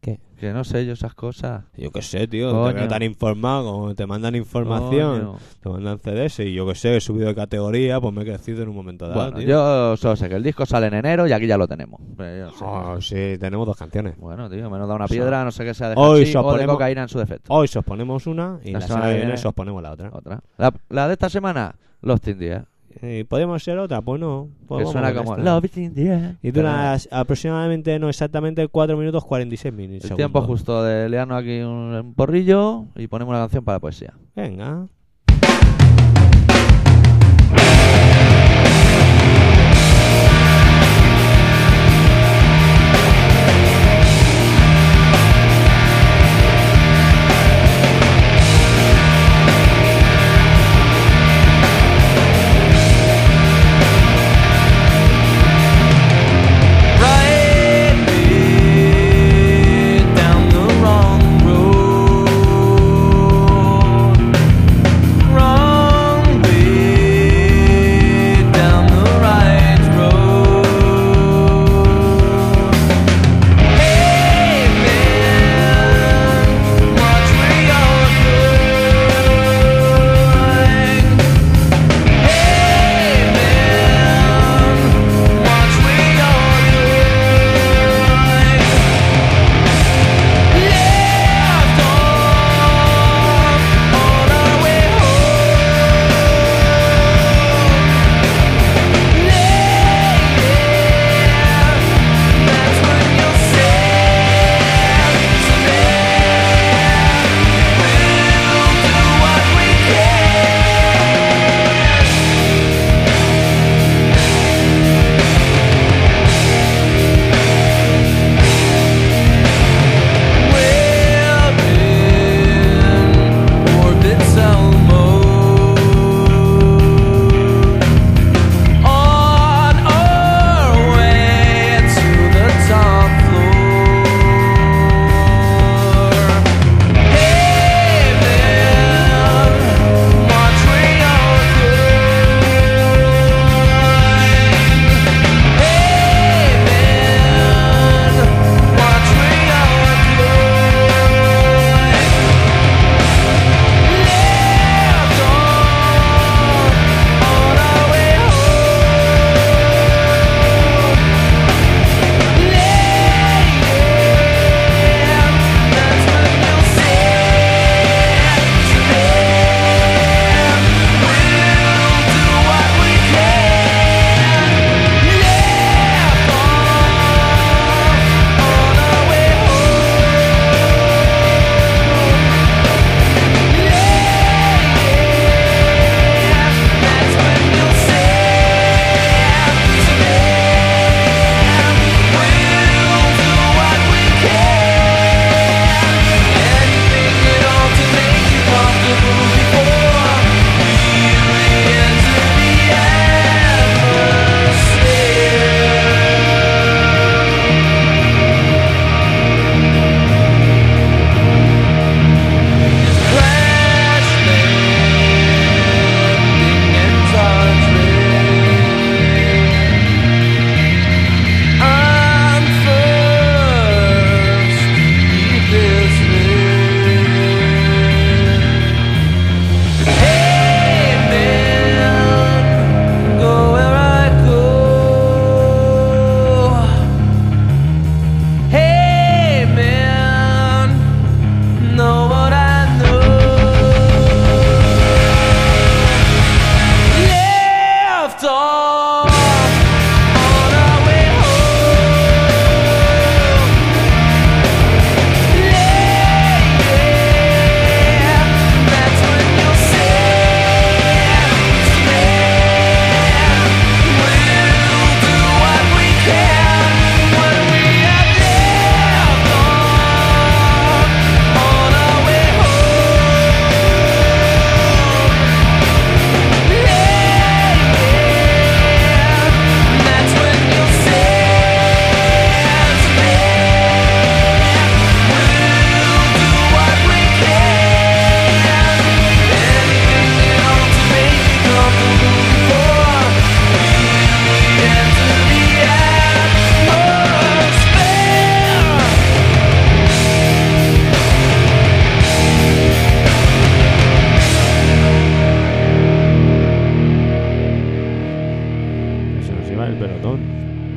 [SPEAKER 1] ¿Qué?
[SPEAKER 2] Que no sé yo esas cosas.
[SPEAKER 1] Yo qué sé, tío.
[SPEAKER 2] Coño.
[SPEAKER 1] Te veo tan informado. como Te mandan información.
[SPEAKER 2] Coño.
[SPEAKER 1] Te mandan CDs. Y yo qué sé, he subido de categoría. Pues me he crecido en un momento dado,
[SPEAKER 2] Bueno,
[SPEAKER 1] tío.
[SPEAKER 2] yo solo sé que el disco sale en enero y aquí ya lo tenemos. Pero yo no sé.
[SPEAKER 1] Oh, sí, tenemos dos canciones.
[SPEAKER 2] Bueno, tío, menos da una
[SPEAKER 1] O sea,
[SPEAKER 2] piedra, no sé qué sea de
[SPEAKER 1] hoy
[SPEAKER 2] hashish
[SPEAKER 1] se
[SPEAKER 2] o
[SPEAKER 1] os
[SPEAKER 2] de
[SPEAKER 1] ponemos- Oh.
[SPEAKER 2] cocaína en su defecto.
[SPEAKER 1] Hoy sosponemos una. Y la, semana que viene sosponemos la otra.
[SPEAKER 2] Otra. La, la de esta semana, Los in the Air,
[SPEAKER 1] Eh, ¿Podemos ser otra? Pues no. Pues
[SPEAKER 2] que
[SPEAKER 1] vamos
[SPEAKER 2] suena
[SPEAKER 1] con
[SPEAKER 2] como
[SPEAKER 1] esta.
[SPEAKER 2] Love in the Air.
[SPEAKER 1] Y dura as- aproximadamente, no exactamente, 4 minutos 46 minutos.
[SPEAKER 2] El tiempo justo de liarnos aquí un, un porrillo y ponemos una canción para la poesía.
[SPEAKER 1] Venga.
[SPEAKER 4] down the wrong road.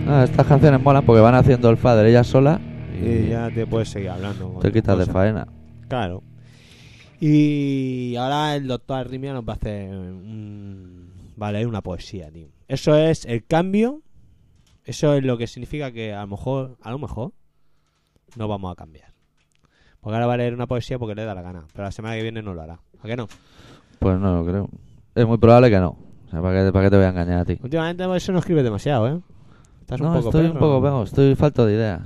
[SPEAKER 2] Ah, Estas canciones molan porque van haciendo el fader ella sola y,
[SPEAKER 1] Y ya Pues te puedes seguir hablando. con
[SPEAKER 2] te
[SPEAKER 1] tus
[SPEAKER 2] quitas de
[SPEAKER 1] cosas.
[SPEAKER 2] faena.
[SPEAKER 1] Claro. Y ahora el doctor Arrimia nos va a hacer un- va a leer una poesía, tío. Eso es el cambio. Eso es lo que significa que a lo mejor, a lo mejor, no vamos a cambiar. Porque ahora va a leer una poesía porque le da la gana. Pero la semana que viene no lo hará. ¿A qué no?
[SPEAKER 2] Pues no lo creo. Es muy probable que no. O sea, ¿para qué, para qué te voy a engañar a ti?
[SPEAKER 1] Últimamente eso no escribes demasiado, ¿eh? Estás
[SPEAKER 2] no,
[SPEAKER 1] un poco
[SPEAKER 2] estoy un
[SPEAKER 1] perro.
[SPEAKER 2] poco pego, estoy falto de ideas.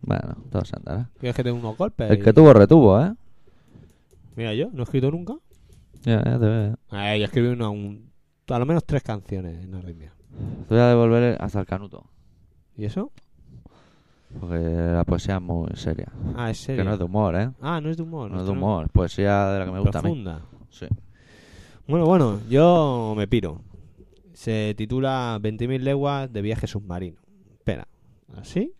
[SPEAKER 2] Bueno, todo se andará.
[SPEAKER 1] Quieres que te dé unos golpes.
[SPEAKER 2] El
[SPEAKER 1] y-
[SPEAKER 2] que tuvo, retuvo, ¿eh?
[SPEAKER 1] Mira, yo no he escrito nunca. Ah,
[SPEAKER 2] Ya, ya te veo.
[SPEAKER 1] Ay, yo escribí una, un- a lo menos tres canciones en Arritmia.
[SPEAKER 2] Te voy a devolver el- hasta el canuto.
[SPEAKER 1] ¿Y eso?
[SPEAKER 2] Porque la poesía es muy seria.
[SPEAKER 1] Ah, es serio.
[SPEAKER 2] Que no es de humor, ¿eh?
[SPEAKER 1] Ah, no es de humor.
[SPEAKER 2] No es de
[SPEAKER 1] esto
[SPEAKER 2] humor. Es poesía de la que me gusta
[SPEAKER 1] Profunda.
[SPEAKER 2] a mí. Sí.
[SPEAKER 1] Bueno, bueno, yo me piro. Se titula 20.000 leguas de viaje submarino. Espera,
[SPEAKER 2] ¿Ah,
[SPEAKER 1] ¿así?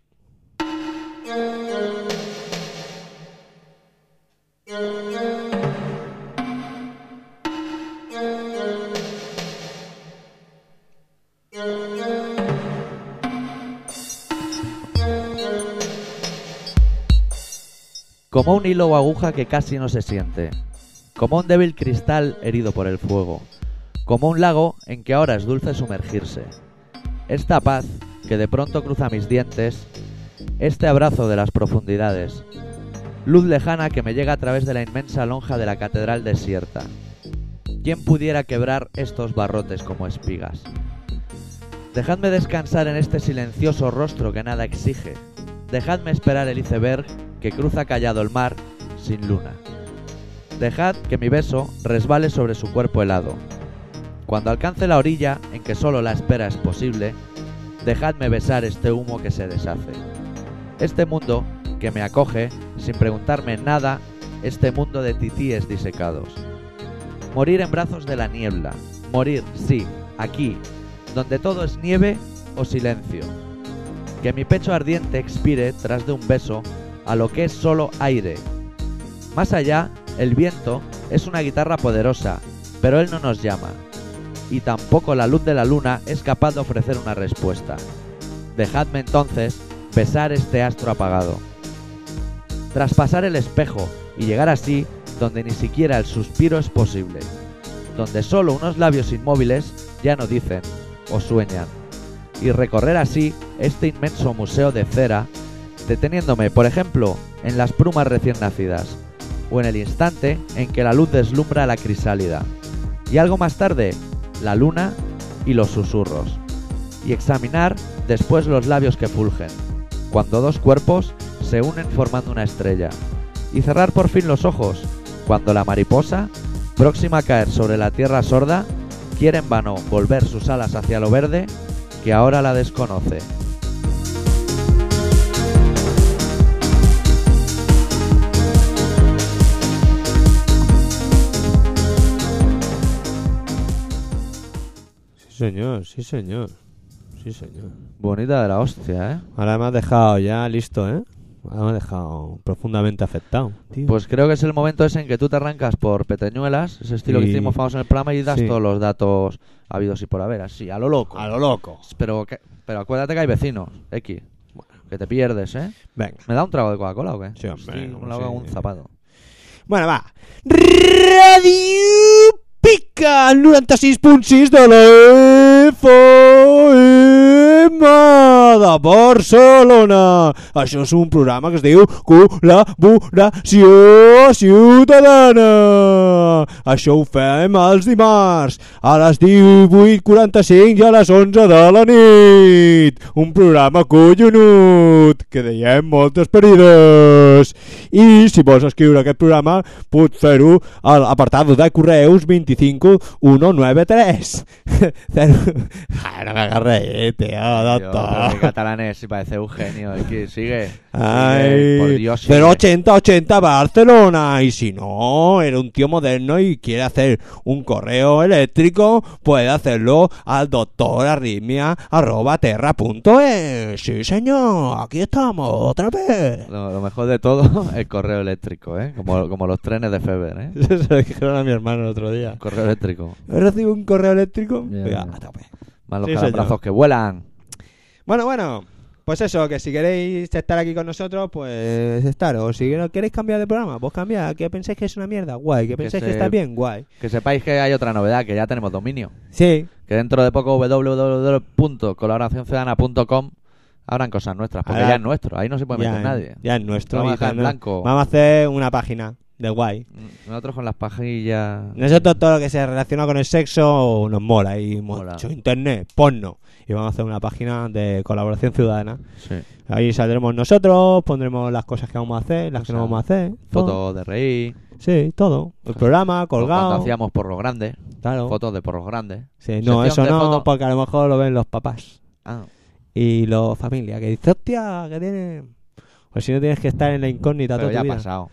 [SPEAKER 2] Como un hilo o aguja que casi no se siente. Como un débil cristal herido por el fuego. Como un lago en que ahora es dulce sumergirse. Esta paz que de pronto cruza mis dientes. Este abrazo de las profundidades. Luz lejana que me llega a través de la inmensa lonja de la catedral desierta. ¿Quién pudiera quebrar estos barrotes como espigas? Dejadme descansar en este silencioso rostro que nada exige. Dejadme esperar el iceberg que cruza callado el mar sin luna. Dejad que mi beso resbale sobre su cuerpo helado. Cuando alcance la orilla en que solo la espera es posible, dejadme besar este humo que se deshace. Este mundo que me acoge sin preguntarme nada, este mundo de titíes disecados. Morir en brazos de la niebla, morir, sí, aquí, donde todo es nieve o silencio. Que mi pecho ardiente expire tras de un beso a lo que es solo aire. Más allá, el viento es una guitarra poderosa, pero él no nos llama. Y tampoco la luz de la luna es capaz de ofrecer una respuesta. Dejadme entonces besar este astro apagado. Traspasar el espejo y llegar así donde ni siquiera el suspiro es posible. Donde solo unos labios inmóviles ya no dicen o sueñan. Y recorrer así este inmenso museo de cera deteniéndome, por ejemplo, en las plumas recién nacidas, o en el instante en que la luz deslumbra la crisálida, y algo más tarde, la luna y los susurros, y examinar después los labios que fulgen, cuando dos cuerpos se unen formando una estrella, y cerrar por fin los ojos, cuando la mariposa, próxima a caer sobre la tierra sorda, quiere en vano volver sus alas hacia lo verde, que ahora la desconoce.
[SPEAKER 1] Sí, señor, sí, señor. Sí, señor.
[SPEAKER 2] Bonita de la hostia, ¿eh?
[SPEAKER 1] Ahora me has dejado ya listo, ¿eh? Ahora me has dejado profundamente afectado. tío.
[SPEAKER 2] Pues creo que es el momento ese en que tú te arrancas por peteñuelas, ese estilo que
[SPEAKER 1] Y-
[SPEAKER 2] hicimos famoso en el programa, y das
[SPEAKER 1] sí.
[SPEAKER 2] todos los datos habidos y por haber, así, a lo loco.
[SPEAKER 1] a lo loco.
[SPEAKER 2] Pero, que- pero acuérdate que hay vecinos, X. Que te pierdes, ¿eh?
[SPEAKER 1] Venga.
[SPEAKER 2] ¿Me da un trago de Coca-Cola o qué?
[SPEAKER 1] Sí, hombre,
[SPEAKER 2] Estoy con la
[SPEAKER 1] sí.
[SPEAKER 2] boca como un zapato.
[SPEAKER 1] Bueno, va. Radio Pica el 96.6 de la FM de Barcelona. Això és un programa que es diu Col·laboració Ciutadana. Això ho fem els dimarts a les 18.45 i a les 11 de la nit. Un programa collonut que deiem moltes perides. I si vols escriure aquest programa, pots fer-ho a l'apartat de correus 25193. [LAUGHS] Cero... Ah, no m'agarré, tio,
[SPEAKER 2] Yo,
[SPEAKER 1] doctor.
[SPEAKER 2] pero mi catalanés, si parece Eugenio, X, sigue.
[SPEAKER 1] Ay,
[SPEAKER 2] Sigue, por Dios, sigue.
[SPEAKER 1] pero 80-80 Barcelona. Y si no, era un tío moderno y quiere hacer un correo eléctrico, puede hacerlo al doctor Sí, señor, aquí estamos otra vez.
[SPEAKER 2] Lo, lo mejor de todo, [LAUGHS] el correo eléctrico, ¿eh? Como, como los trenes de Feber, ¿eh?
[SPEAKER 1] Eso [LAUGHS] se lo dijeron a mi hermano el otro día.
[SPEAKER 2] Correo eléctrico.
[SPEAKER 1] ¿Recibo un correo eléctrico?
[SPEAKER 2] Ya,
[SPEAKER 1] Venga,
[SPEAKER 2] ya.
[SPEAKER 1] a tope.
[SPEAKER 2] Más los
[SPEAKER 1] Sí, señor.
[SPEAKER 2] calabrazos que vuelan.
[SPEAKER 1] Bueno, bueno. Pues eso, que si queréis estar aquí con nosotros, pues estaros. Si no queréis cambiar de programa, vos cambiad. Que penséis que es una mierda, guay. Que penséis que,
[SPEAKER 2] se-
[SPEAKER 1] está bien, guay.
[SPEAKER 2] Que sepáis que hay otra novedad, que ya tenemos dominio.
[SPEAKER 1] Sí,
[SPEAKER 2] Que dentro de poco www.colaboracionciudadana.com habrán cosas nuestras, porque
[SPEAKER 1] Ahora-
[SPEAKER 2] ya es nuestro, ahí no se puede meter
[SPEAKER 1] Ah. ya, eh.
[SPEAKER 2] nadie.
[SPEAKER 1] ya es nuestro.
[SPEAKER 2] Vamos a
[SPEAKER 1] y
[SPEAKER 2] dejar
[SPEAKER 1] tal,
[SPEAKER 2] en
[SPEAKER 1] ¿no?
[SPEAKER 2] blanco.
[SPEAKER 1] Vamos a hacer una página de guay.
[SPEAKER 2] Nosotros con las pajillas...
[SPEAKER 1] Nosotros todo lo que se relaciona con el sexo nos mola y hemos
[SPEAKER 2] Mola.
[SPEAKER 1] hecho internet, porno. Y vamos a hacer una página de colaboración ciudadana.
[SPEAKER 2] Sí.
[SPEAKER 1] Ahí saldremos nosotros, pondremos las cosas que vamos a hacer, las que
[SPEAKER 2] Cosa.
[SPEAKER 1] no vamos a hacer. todo.
[SPEAKER 2] Fotos de reír,
[SPEAKER 1] Sí, todo. El programa,
[SPEAKER 2] cuando
[SPEAKER 1] colgado.
[SPEAKER 2] hacíamos porros grandes,
[SPEAKER 1] Claro.
[SPEAKER 2] fotos de porros grandes.
[SPEAKER 1] Sí, no,
[SPEAKER 2] sección
[SPEAKER 1] eso
[SPEAKER 2] de
[SPEAKER 1] no,
[SPEAKER 2] fotos.
[SPEAKER 1] porque a lo mejor lo ven los papás
[SPEAKER 2] Ah,
[SPEAKER 1] y los familia que dice, hostia, que tiene. Pues si no tienes que estar en la incógnita
[SPEAKER 2] pero
[SPEAKER 1] toda
[SPEAKER 2] ya ha
[SPEAKER 1] tu vida.
[SPEAKER 2] pasado.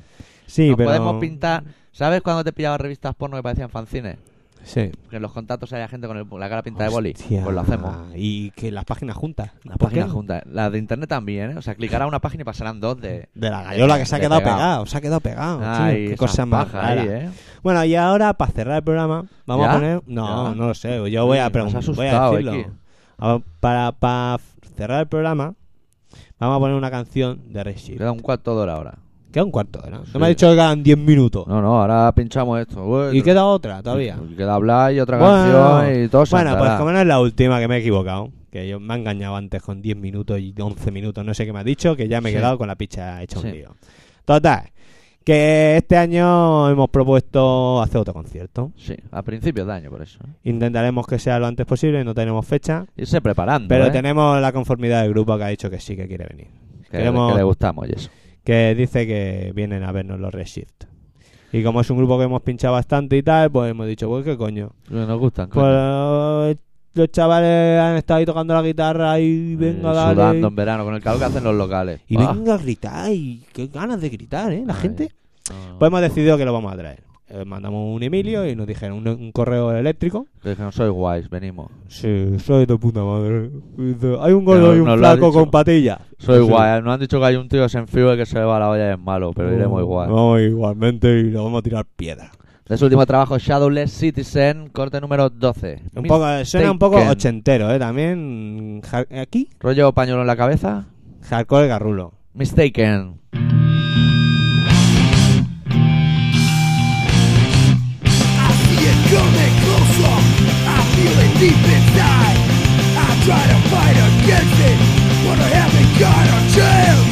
[SPEAKER 1] Sí,
[SPEAKER 2] Nos
[SPEAKER 1] pero.
[SPEAKER 2] podemos pintar... ¿Sabes cuando te pillabas revistas porno que parecían fanzines?
[SPEAKER 1] Sí.
[SPEAKER 2] Que en los contactos haya gente con el- la cara pinta de boli.
[SPEAKER 1] Hostia.
[SPEAKER 2] Pues lo hacemos. Pues
[SPEAKER 1] Y que las páginas juntas.
[SPEAKER 2] Las
[SPEAKER 1] ¿Por qué?
[SPEAKER 2] páginas juntas. Las de internet también, ¿eh? O sea, clicará una página y pasarán dos de...
[SPEAKER 1] De la gallola que se ha
[SPEAKER 2] De
[SPEAKER 1] quedado
[SPEAKER 2] pegado.
[SPEAKER 1] pegado. se ha quedado pegado.
[SPEAKER 2] Ay,
[SPEAKER 1] tío, qué
[SPEAKER 2] esas
[SPEAKER 1] cosa más
[SPEAKER 2] pajas ahí,
[SPEAKER 1] rara.
[SPEAKER 2] ¿eh?
[SPEAKER 1] Bueno, y ahora, para cerrar el programa, vamos
[SPEAKER 2] ¿Ya?
[SPEAKER 1] a poner. No,
[SPEAKER 2] ¿Ya?
[SPEAKER 1] no lo sé. Yo voy
[SPEAKER 2] Uy, me
[SPEAKER 1] a
[SPEAKER 2] has
[SPEAKER 1] preguntar. Voy a
[SPEAKER 2] asustado,
[SPEAKER 1] decirlo.
[SPEAKER 2] Eki.
[SPEAKER 1] A- Para, para cerrar el programa, vamos a poner una canción de Reshid.
[SPEAKER 2] Queda un cuarto de hora ahora.
[SPEAKER 1] Queda un cuarto de hora. No
[SPEAKER 2] Sí.
[SPEAKER 1] me ha dicho que quedan 10 minutos.
[SPEAKER 2] No, no, ahora pinchamos esto. güey.
[SPEAKER 1] Y queda otra todavía.
[SPEAKER 2] Y queda hablar y otra
[SPEAKER 1] Bueno.
[SPEAKER 2] canción y todo se
[SPEAKER 1] Bueno, pues
[SPEAKER 2] andará.
[SPEAKER 1] como no es la última que me he equivocado, que yo me he engañado antes con 10 minutos y 11 minutos, no sé qué me ha dicho, que ya me he
[SPEAKER 2] Sí.
[SPEAKER 1] quedado con la picha hecha
[SPEAKER 2] Sí.
[SPEAKER 1] un lío. Total, que este año hemos propuesto hacer otro concierto.
[SPEAKER 2] Sí, a principios de año, por eso. ¿eh?
[SPEAKER 1] Intentaremos que sea lo antes posible, no tenemos fecha,
[SPEAKER 2] Irse preparando.
[SPEAKER 1] pero
[SPEAKER 2] ¿eh?
[SPEAKER 1] tenemos la conformidad del grupo que ha dicho que sí, que quiere venir.
[SPEAKER 2] que,
[SPEAKER 1] queremos-
[SPEAKER 2] que le gustamos y eso.
[SPEAKER 1] que dice que vienen a vernos los Reshift. Y como es un grupo que hemos pinchado bastante y tal, pues hemos dicho, pues qué coño.
[SPEAKER 2] Que Nos gustan.
[SPEAKER 1] Pues eh, los chavales han estado ahí tocando la guitarra y
[SPEAKER 2] coño.
[SPEAKER 1] venga,
[SPEAKER 2] Eh,
[SPEAKER 1] dale.
[SPEAKER 2] Sudando en verano con el calor que hacen los locales.
[SPEAKER 1] Y
[SPEAKER 2] Ah,
[SPEAKER 1] venga a gritar, y qué ganas de gritar, ¿eh? La
[SPEAKER 2] Ay.
[SPEAKER 1] gente.
[SPEAKER 2] no,
[SPEAKER 1] Pues hemos decidido que lo vamos a traer. Eh, mandamos un Emilio y nos dijeron un, un correo eléctrico.
[SPEAKER 2] que dijeron, sois guays, venimos.
[SPEAKER 1] Sí, soy de puta madre. Dice, hay un gordo
[SPEAKER 2] Pero
[SPEAKER 1] y un
[SPEAKER 2] nos lo ha
[SPEAKER 1] flaco
[SPEAKER 2] dicho.
[SPEAKER 1] con patilla.
[SPEAKER 2] Soy
[SPEAKER 1] Sí.
[SPEAKER 2] guay. Nos han dicho que hay un tío sin fiebre que se le va la olla y es malo, pero iremos igual.
[SPEAKER 1] Oh, Vamos igualmente y le vamos a tirar piedra.
[SPEAKER 2] De su último trabajo, Shadowless Citizen, corte número 12.
[SPEAKER 1] Un poco, suena un poco
[SPEAKER 2] Taken.
[SPEAKER 1] ochentero, ¿eh? También har- aquí,
[SPEAKER 2] Rollo pañuelo en la cabeza.
[SPEAKER 1] hardcore de garrulo.
[SPEAKER 2] Mistaken.
[SPEAKER 4] I see it coming closer. I feel it deep inside. I try to fight against it, but I haven't got a chance.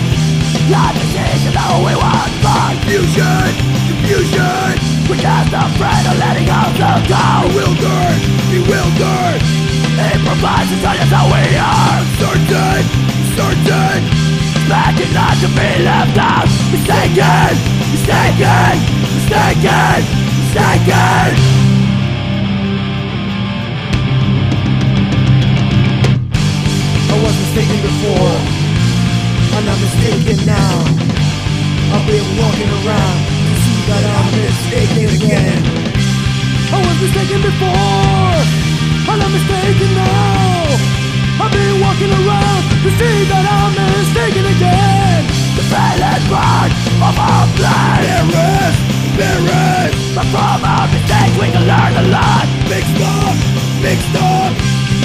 [SPEAKER 4] Life is easy, the only one for fusion, confusion. We're just afraid of letting ourselves go. Bewildered, bewildered. Improvise and tell us how we are. Certain, certain. Expecting not to be left out. Mistaken, mistaken, mistaken, mistaken. I was mistaken before. I'm not mistaken now. I've been walking around to see that I'm mistaken again. I was mistaken before. I'm not mistaken now. I've been walking around to see that I'm mistaken again. The silent part of our blood. Mirrors, mirrors. But from our mistakes we can learn a lot. Mixed up, mixed up.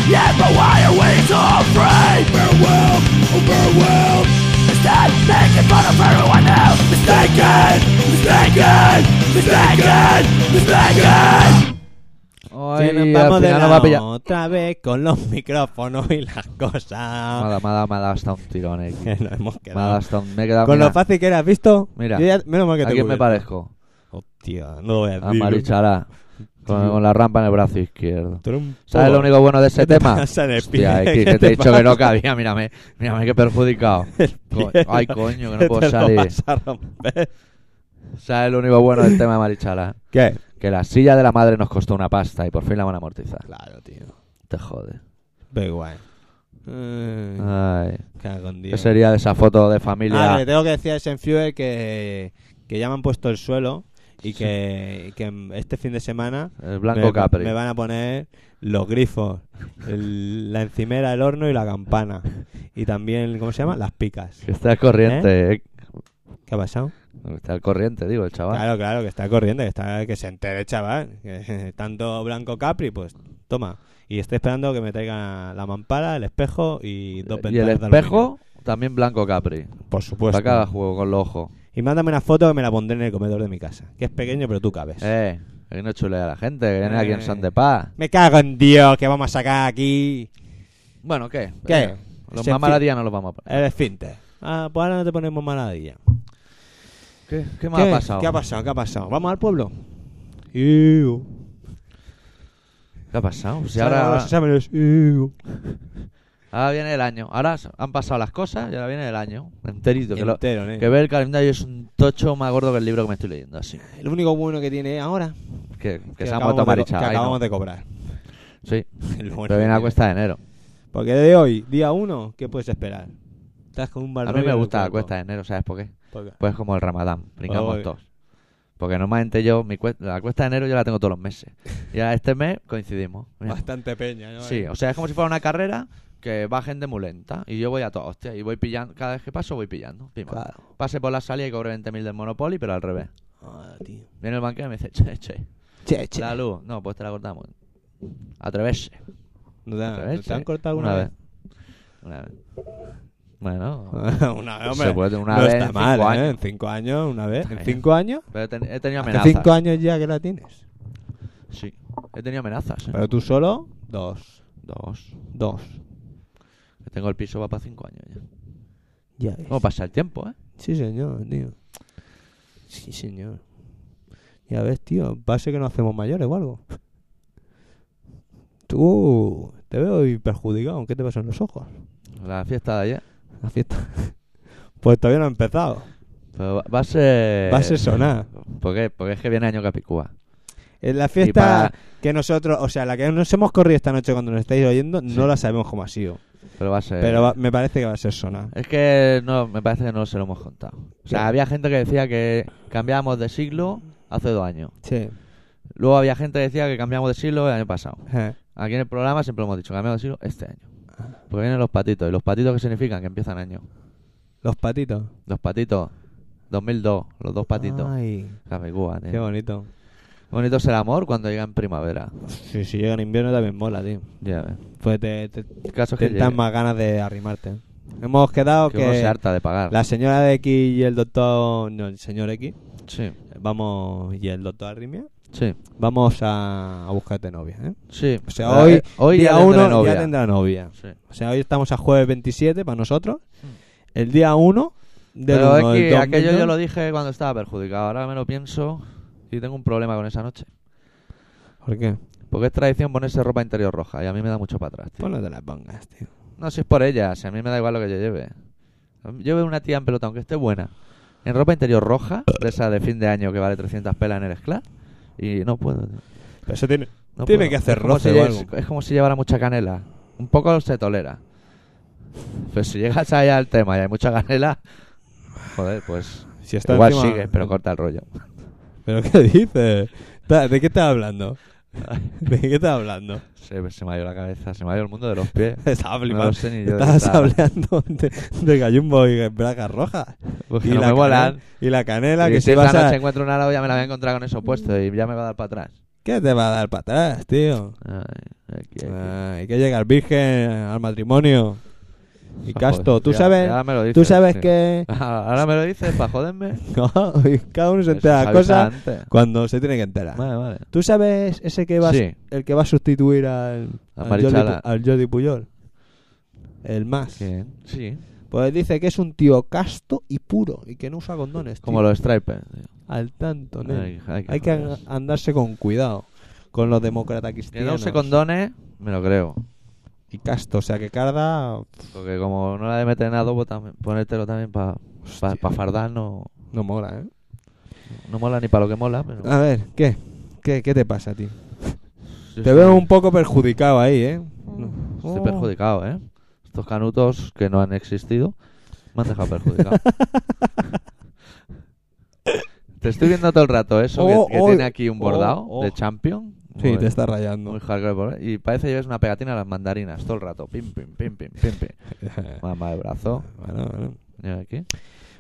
[SPEAKER 4] Yeah, but why are we so afraid? Overwhelmed, overwhelmed. Instead, making fun of everyone else. Mistaken, mistaken, mistaken, mistaken.
[SPEAKER 2] Hoy
[SPEAKER 1] Sí, nos vamos de lado otra vez con los [LAUGHS] micrófonos y las
[SPEAKER 2] Me ha
[SPEAKER 1] cosas.
[SPEAKER 2] dado- me ha dado- me ha dado hasta un tirón, eh.
[SPEAKER 1] Que nos hemos
[SPEAKER 2] Me ha dado
[SPEAKER 1] quedado.
[SPEAKER 2] hasta un- Me he quedado.
[SPEAKER 1] Con
[SPEAKER 2] mira,
[SPEAKER 1] lo fácil que era, ¿has visto?
[SPEAKER 2] Mira,
[SPEAKER 1] Yo ya- menos mal que
[SPEAKER 2] ¿A
[SPEAKER 1] te
[SPEAKER 2] quién me
[SPEAKER 1] cubrí.
[SPEAKER 2] parezco?
[SPEAKER 1] Hostia, no lo voy a
[SPEAKER 2] A
[SPEAKER 1] decir.
[SPEAKER 2] Marichara.
[SPEAKER 1] [LAUGHS]
[SPEAKER 2] Con,
[SPEAKER 1] Tío.
[SPEAKER 2] con la rampa en el brazo izquierdo.
[SPEAKER 1] Tú eres un
[SPEAKER 2] ¿Sabes
[SPEAKER 1] poco-
[SPEAKER 2] lo único bueno de
[SPEAKER 1] [LAUGHS]
[SPEAKER 2] ese
[SPEAKER 1] ¿Qué te
[SPEAKER 2] tema?
[SPEAKER 1] pasa en el [LAUGHS] pie?
[SPEAKER 2] Hostia, X,
[SPEAKER 1] ¿Qué
[SPEAKER 2] que te
[SPEAKER 1] te
[SPEAKER 2] he dicho que
[SPEAKER 1] pasa?
[SPEAKER 2] no cabía. Mírame, mírame
[SPEAKER 1] [LAUGHS]
[SPEAKER 2] que perjudicado. Co-
[SPEAKER 1] pie.
[SPEAKER 2] Ay, coño, que
[SPEAKER 1] ¿Qué
[SPEAKER 2] no
[SPEAKER 1] [LAUGHS]
[SPEAKER 2] puedo
[SPEAKER 1] te lo
[SPEAKER 2] salir.
[SPEAKER 1] vas a romper?
[SPEAKER 2] ¿Sabes lo único bueno del tema de Marichara?
[SPEAKER 1] ¿Qué?
[SPEAKER 2] Que la silla de la madre nos costó una pasta y por fin la van a amortizar.
[SPEAKER 1] Claro, tío.
[SPEAKER 2] Te jode.
[SPEAKER 1] Pero igual. Ay,
[SPEAKER 2] Ay.
[SPEAKER 1] cago en
[SPEAKER 2] Ah, ¿Qué
[SPEAKER 1] Dios.
[SPEAKER 2] sería de esa foto de
[SPEAKER 1] Ah, le
[SPEAKER 2] familia?
[SPEAKER 1] tengo que decir a Senfuer que, que ya me han puesto el suelo y que, que este fin de semana
[SPEAKER 2] El blanco
[SPEAKER 1] me,
[SPEAKER 2] Capri.
[SPEAKER 1] me van a poner los grifos, el- la encimera, el horno y la campana. Y también, ¿cómo se llama? Las picas.
[SPEAKER 2] Que está al corriente, eh.
[SPEAKER 1] ¿Qué ha pasado?
[SPEAKER 2] Está al corriente, digo, el chaval.
[SPEAKER 1] [LAUGHS] Claro, claro, que está corriendo, que, está, que se entere, chaval. Que tanto Blanco Capri, pues Toma. Y estoy esperando que me traigan la mampara, el espejo y dos
[SPEAKER 2] Y el
[SPEAKER 1] ventanas de Pues
[SPEAKER 2] espejo, también blanco Capri.
[SPEAKER 1] aluminio. Por
[SPEAKER 2] Para cada
[SPEAKER 1] supuesto.
[SPEAKER 2] juego con los ojos.
[SPEAKER 1] Y mándame una foto que me la pondré en el comedor de mi casa. Que es pequeño, pero tú cabes.
[SPEAKER 2] Eh, que no chule a la gente, que viene aquí en
[SPEAKER 1] Eh.
[SPEAKER 2] San de Paz.
[SPEAKER 1] Me cago en Dios, que vamos a sacar aquí
[SPEAKER 2] Bueno, ¿qué?
[SPEAKER 1] ¿Qué?
[SPEAKER 2] Eh, Los
[SPEAKER 1] Se
[SPEAKER 2] más
[SPEAKER 1] fi-
[SPEAKER 2] maladías no los vamos a poner.
[SPEAKER 1] el esfínter. Ah, pues ahora no te ponemos maladilla.
[SPEAKER 2] ¿Qué, qué más ha pasado?
[SPEAKER 1] ¿Qué ha pasado? ¿Qué ha pasado? ¿Vamos al pueblo? Iu.
[SPEAKER 2] ¿Qué ha pasado? Pues Si
[SPEAKER 1] Se han acabado
[SPEAKER 2] ahora,
[SPEAKER 1] los exámenes. Iu.
[SPEAKER 2] ahora viene el año. Ahora s- han pasado las cosas y ahora viene el año. Enterito. Que, lo-
[SPEAKER 1] Entero, ¿eh?
[SPEAKER 2] que ver el calendario es un tocho más gordo que el libro que me estoy leyendo. Así.
[SPEAKER 1] Lo único bueno que tiene ahora
[SPEAKER 2] Que, que, se ha
[SPEAKER 1] acabamos,
[SPEAKER 2] muerto
[SPEAKER 1] de, co-
[SPEAKER 2] Marichal.
[SPEAKER 1] que
[SPEAKER 2] ahí no.
[SPEAKER 1] acabamos de cobrar. [LAUGHS]
[SPEAKER 2] Sí,
[SPEAKER 1] El bueno
[SPEAKER 2] pero viene
[SPEAKER 1] que
[SPEAKER 2] a cuesta de enero.
[SPEAKER 1] tiene. Porque de hoy, día 1, ¿qué puedes esperar? Estás con un mal
[SPEAKER 2] A mí
[SPEAKER 1] rollo
[SPEAKER 2] me
[SPEAKER 1] en el
[SPEAKER 2] gusta la
[SPEAKER 1] cuerpo.
[SPEAKER 2] cuesta eh. de enero, ¿sabes por qué?
[SPEAKER 1] ¿Por qué?
[SPEAKER 2] Pues es como el ramadán, brincamos
[SPEAKER 1] Oy.
[SPEAKER 2] todos. Porque normalmente yo, mi cue- la cuesta de enero yo la tengo todos los meses. Y ahora este mes coincidimos. Mira.
[SPEAKER 1] Bastante peña, ¿no?
[SPEAKER 2] Sí,
[SPEAKER 1] Eh.
[SPEAKER 2] o sea, es como si fuera una carrera que va gente muy lenta. Y yo voy a todos, hostia, y voy pillando, cada vez que paso voy pillando. Pim, pam.
[SPEAKER 1] Claro.
[SPEAKER 2] Pase por la salida y cobre 20.000 del Monopoly, pero al revés.
[SPEAKER 1] Ah, tío.
[SPEAKER 2] Viene el banquero y me dice, che, che,
[SPEAKER 1] Che, che.
[SPEAKER 2] la luz. No, pues te la cortamos. Atreverse.
[SPEAKER 1] ¿No te, han-
[SPEAKER 2] Atreverse.
[SPEAKER 1] no te han cortado una, vez?
[SPEAKER 2] Una vez. Bueno,
[SPEAKER 1] [LAUGHS] una vez, Eh, hombre.
[SPEAKER 2] se puede una
[SPEAKER 1] no
[SPEAKER 2] vez
[SPEAKER 1] está
[SPEAKER 2] en
[SPEAKER 1] mal,
[SPEAKER 2] cinco
[SPEAKER 1] ¿eh?
[SPEAKER 2] años.
[SPEAKER 1] En cinco años, una vez.
[SPEAKER 2] Está
[SPEAKER 1] ¿En
[SPEAKER 2] bien.
[SPEAKER 1] cinco años?
[SPEAKER 2] Pero he, ten- he tenido
[SPEAKER 1] Hace
[SPEAKER 2] amenazas.
[SPEAKER 1] cinco años ya que la tienes.
[SPEAKER 2] Sí, he tenido amenazas. ¿eh?
[SPEAKER 1] Pero tú solo, dos.
[SPEAKER 2] Dos.
[SPEAKER 1] Dos.
[SPEAKER 2] Que Pues Tengo el piso va para cinco años ya.
[SPEAKER 1] Ya ves.
[SPEAKER 2] ¿Cómo pasa el tiempo, eh?
[SPEAKER 1] Sí, señor, tío. Sí, señor. Ya ves, tío. Va a ser que nos hacemos mayores o algo. Tú te veo hoy perjudicado. ¿Qué te pasa en los ojos?
[SPEAKER 2] La fiesta de ayer.
[SPEAKER 1] La fiesta. [LAUGHS] Pues todavía no ha empezado.
[SPEAKER 2] Pero va, va a ser.
[SPEAKER 1] Va a ser sonar.
[SPEAKER 2] Porque, porque es que viene año Capicúa.
[SPEAKER 1] En la
[SPEAKER 2] Y
[SPEAKER 1] fiesta que nosotros, o sea, la que nos hemos corrido esta noche cuando nos estáis oyendo, no
[SPEAKER 2] Sí.
[SPEAKER 1] la sabemos cómo ha sido.
[SPEAKER 2] Pero va a ser.
[SPEAKER 1] Pero va- me parece que va a ser sonar.
[SPEAKER 2] Es que no, me parece que no se lo hemos contado. O sea,
[SPEAKER 1] ¿Qué?
[SPEAKER 2] había gente que decía que cambiábamos de siglo hace dos años.
[SPEAKER 1] [LAUGHS] Sí.
[SPEAKER 2] Luego había gente que decía que cambiamos de siglo el año pasado.
[SPEAKER 1] Eh.
[SPEAKER 2] Aquí en el programa siempre lo hemos dicho, cambiamos de siglo este año. Porque vienen los patitos. ¿Y los patitos qué significan? Que empiezan año.
[SPEAKER 1] Los patitos.
[SPEAKER 2] Los patitos. 2002. Los dos patitos.
[SPEAKER 1] Ay,
[SPEAKER 2] Capicúa, tío.
[SPEAKER 1] qué bonito.
[SPEAKER 2] Bonito es el amor cuando llega en primavera.
[SPEAKER 1] Sí, si llega en invierno también mola, tío.
[SPEAKER 2] Ya ves.
[SPEAKER 1] Pues te, te,
[SPEAKER 2] El caso es
[SPEAKER 1] te
[SPEAKER 2] que
[SPEAKER 1] dan
[SPEAKER 2] llegue,
[SPEAKER 1] más ganas de arrimarte. Hemos quedado
[SPEAKER 2] que uno se
[SPEAKER 1] que
[SPEAKER 2] harta de pagar.
[SPEAKER 1] la señora de X y el doctor. No, el señor X.
[SPEAKER 2] Sí,
[SPEAKER 1] Vamos. Y el doctor Arrimia.
[SPEAKER 2] sí,
[SPEAKER 1] Vamos a, a buscarte novia, ¿eh?
[SPEAKER 2] sí.
[SPEAKER 1] O sea,
[SPEAKER 2] La-
[SPEAKER 1] hoy,
[SPEAKER 2] hoy
[SPEAKER 1] día
[SPEAKER 2] ya tendré
[SPEAKER 1] 1
[SPEAKER 2] novia.
[SPEAKER 1] ya tendrá novia.
[SPEAKER 2] Sí.
[SPEAKER 1] O sea, hoy estamos a jueves 27 para nosotros. El día 1 del
[SPEAKER 2] Mm. Pero
[SPEAKER 1] uno
[SPEAKER 2] es
[SPEAKER 1] del
[SPEAKER 2] que aquello
[SPEAKER 1] 2002.
[SPEAKER 2] yo lo dije cuando estaba perjudicado. Ahora me lo pienso y tengo un problema con esa noche.
[SPEAKER 1] ¿Por qué?
[SPEAKER 2] Porque es tradición ponerse ropa interior roja y a mí me da mucho para atrás. tío.
[SPEAKER 1] Pues no te las pongas, tío.
[SPEAKER 2] No, si es por ella, si a mí me da igual lo que yo lleve. Yo veo una tía en pelota, aunque esté buena, en ropa interior roja, de esa de fin de año que vale 300 pelas en el esclad, y no puedo. tío.
[SPEAKER 1] Pero eso tiene,
[SPEAKER 2] No
[SPEAKER 1] tiene
[SPEAKER 2] puedo.
[SPEAKER 1] que hacer
[SPEAKER 2] Es como
[SPEAKER 1] roce
[SPEAKER 2] si
[SPEAKER 1] o
[SPEAKER 2] lle-
[SPEAKER 1] algo.
[SPEAKER 2] Es como si llevara mucha canela. Un poco se tolera. Pero si llegas allá al tema y hay mucha canela, joder, pues
[SPEAKER 1] Si está
[SPEAKER 2] igual
[SPEAKER 1] encima-
[SPEAKER 2] sigue, pero corta el rollo. [LAUGHS]
[SPEAKER 1] ¿Pero qué dices? Ta- ¿De qué estás hablando? ¿De qué estás hablando? [LAUGHS]
[SPEAKER 2] Se, se me ha ido la cabeza, se me ha ido el mundo de los pies.
[SPEAKER 1] Estaba
[SPEAKER 2] No
[SPEAKER 1] flipando.
[SPEAKER 2] lo sé
[SPEAKER 1] [LAUGHS]
[SPEAKER 2] ni yo. de qué
[SPEAKER 1] Estabas
[SPEAKER 2] estaba hablando.
[SPEAKER 1] hablando de, de gallumbo y bragas rojas.
[SPEAKER 2] Porque
[SPEAKER 1] y,
[SPEAKER 2] Pues no
[SPEAKER 1] la canela,
[SPEAKER 2] me molan.
[SPEAKER 1] y la canela,
[SPEAKER 2] Y
[SPEAKER 1] que
[SPEAKER 2] si
[SPEAKER 1] si vas
[SPEAKER 2] esta
[SPEAKER 1] a...
[SPEAKER 2] noche encuentro una ya me la voy a encontrar con eso puesto y ya me va a dar para atrás.
[SPEAKER 1] ¿Qué te va a dar para atrás, tío?
[SPEAKER 2] Ay,
[SPEAKER 1] Eh,
[SPEAKER 2] Ah, aquí, aquí.
[SPEAKER 1] Hay que llegar virgen al matrimonio. Y
[SPEAKER 2] Ah, Joder,
[SPEAKER 1] casto, ¿tú
[SPEAKER 2] ya-
[SPEAKER 1] sabes?
[SPEAKER 2] ya me lo
[SPEAKER 1] Tú
[SPEAKER 2] dices,
[SPEAKER 1] sabes
[SPEAKER 2] sí.
[SPEAKER 1] que...
[SPEAKER 2] [LAUGHS]
[SPEAKER 1] [LAUGHS]
[SPEAKER 2] Ahora me lo dices para joderme.
[SPEAKER 1] No, y cada uno se
[SPEAKER 2] Eso
[SPEAKER 1] entera de
[SPEAKER 2] se
[SPEAKER 1] las
[SPEAKER 2] avisa
[SPEAKER 1] cosas
[SPEAKER 2] antes.
[SPEAKER 1] cuando se tiene que enterar.
[SPEAKER 2] Vale, vale.
[SPEAKER 1] ¿Tú sabes ese que va a
[SPEAKER 2] Sí.
[SPEAKER 1] su- el que va a sustituir al,
[SPEAKER 2] A
[SPEAKER 1] al, Jordi,
[SPEAKER 2] Marichala.
[SPEAKER 1] Pu- al Jordi Puyol? El más.
[SPEAKER 2] ¿Quién? Sí.
[SPEAKER 1] Pues dice que es un tío casto y puro y que no usa condones. tío.
[SPEAKER 2] Como los stripers.
[SPEAKER 1] Al tanto, nen.
[SPEAKER 2] Ay, ay, qué
[SPEAKER 1] Hay que
[SPEAKER 2] joder.
[SPEAKER 1] an- andarse con cuidado con los demócratas
[SPEAKER 2] Que
[SPEAKER 1] cristianos.
[SPEAKER 2] no use condones, me lo creo.
[SPEAKER 1] Y casto, o sea que carda
[SPEAKER 2] Porque como no la de meter en adobo, también, ponértelo también para pa, pa fardar no,
[SPEAKER 1] no mola, ¿eh?
[SPEAKER 2] no mola ni para lo que mola. Pero
[SPEAKER 1] A ver, ¿qué? ¿Qué, qué te pasa, tío?
[SPEAKER 2] yo
[SPEAKER 1] Te
[SPEAKER 2] estoy-
[SPEAKER 1] veo un poco perjudicado ahí, ¿eh?
[SPEAKER 2] Estoy perjudicado, ¿eh? Estos canutos que no han existido me han
[SPEAKER 1] [LAUGHS]
[SPEAKER 2] dejado perjudicado. te estoy viendo todo el rato eso
[SPEAKER 1] Oh,
[SPEAKER 2] que, que
[SPEAKER 1] oh,
[SPEAKER 2] tiene aquí un bordado
[SPEAKER 1] oh, oh.
[SPEAKER 2] de champion.
[SPEAKER 1] Sí,
[SPEAKER 2] Muy-
[SPEAKER 1] te está rayando.
[SPEAKER 2] Muy hardcore, ¿verdad? Y parece que llevas una pegatina a las mandarinas todo el rato. Pim, pim, pim, pim, pim, pim. [LAUGHS] Mamá de brazo.
[SPEAKER 1] bueno, bueno.
[SPEAKER 2] Y aquí.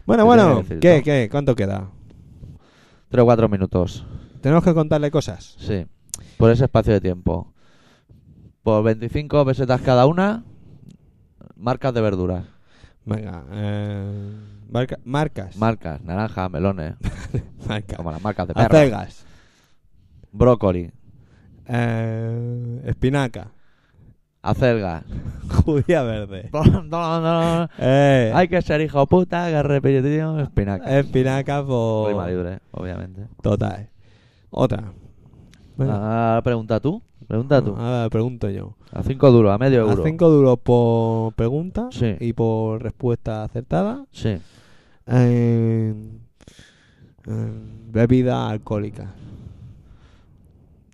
[SPEAKER 1] Bueno,
[SPEAKER 2] Te
[SPEAKER 1] bueno,
[SPEAKER 2] tenía que decir
[SPEAKER 1] ¿qué,
[SPEAKER 2] todo.
[SPEAKER 1] qué? ¿Cuánto queda?
[SPEAKER 2] Tres o cuatro minutos.
[SPEAKER 1] Tenemos que contarle cosas.
[SPEAKER 2] Sí. Por ese espacio de tiempo. Por 25 pesetas cada una, marcas de verduras.
[SPEAKER 1] Venga, eh, marca- marcas.
[SPEAKER 2] Marcas, naranjas, melones,
[SPEAKER 1] marcas.
[SPEAKER 2] como las [LAUGHS] marcas de perro.
[SPEAKER 1] Acelgas.
[SPEAKER 2] Brócoli,
[SPEAKER 1] Eh, espinaca. [LAUGHS]
[SPEAKER 2] [LAUGHS] acelgas.
[SPEAKER 1] Judía verde. Eh,
[SPEAKER 2] Hay que ser hijo puta, que repetido, espinaca.
[SPEAKER 1] espinaca por...
[SPEAKER 2] Rima libre, obviamente.
[SPEAKER 1] Total. Otra. Venga.
[SPEAKER 2] Ah, pregunta tú, pregunta tú.
[SPEAKER 1] Ahora pregunto yo.
[SPEAKER 2] A 5 duros, a medio
[SPEAKER 1] A
[SPEAKER 2] euro.
[SPEAKER 1] 5 duros por pregunta
[SPEAKER 2] Sí.
[SPEAKER 1] y por respuesta acertada.
[SPEAKER 2] Sí.
[SPEAKER 1] Eh, eh, bebida alcohólica.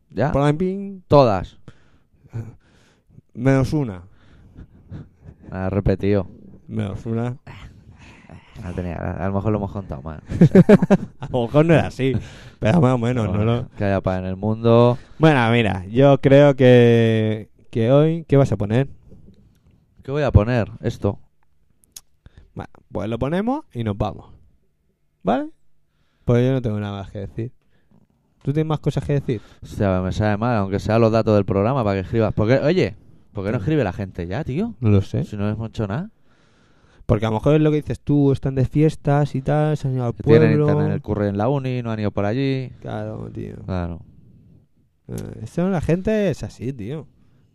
[SPEAKER 2] ¿Ya?
[SPEAKER 1] Por ejemplo,
[SPEAKER 2] Todas.
[SPEAKER 1] menos una.
[SPEAKER 2] Ah, repetido.
[SPEAKER 1] Menos una.
[SPEAKER 2] Ah, tenía- a lo mejor lo hemos contado mal.
[SPEAKER 1] A lo mejor no era así, pero más o
[SPEAKER 2] [LAUGHS]
[SPEAKER 1] menos, no lo-
[SPEAKER 2] Que haya paz en el mundo.
[SPEAKER 1] Bueno, mira, yo creo que, que hoy, ¿qué vas a poner?
[SPEAKER 2] ¿Qué voy a poner? Esto.
[SPEAKER 1] Va, Pues lo ponemos y nos vamos. ¿Vale? Pues yo no tengo nada más que decir. ¿Tú tienes más cosas que decir?
[SPEAKER 2] Hostia, me sabe mal, aunque sean los datos del programa para que escribas. Porque, oye, ¿por qué no escribe la gente ya, tío?
[SPEAKER 1] No lo sé.
[SPEAKER 2] Si no hemos hecho nada.
[SPEAKER 1] Porque a lo mejor es lo que dices tú, están de fiestas y tal, se han ido al
[SPEAKER 2] Que tienen
[SPEAKER 1] pueblo.
[SPEAKER 2] internet en el curry en la uni, no han ido por allí.
[SPEAKER 1] Claro, tío.
[SPEAKER 2] Claro.
[SPEAKER 1] Eh, Eso, la gente es así, tío.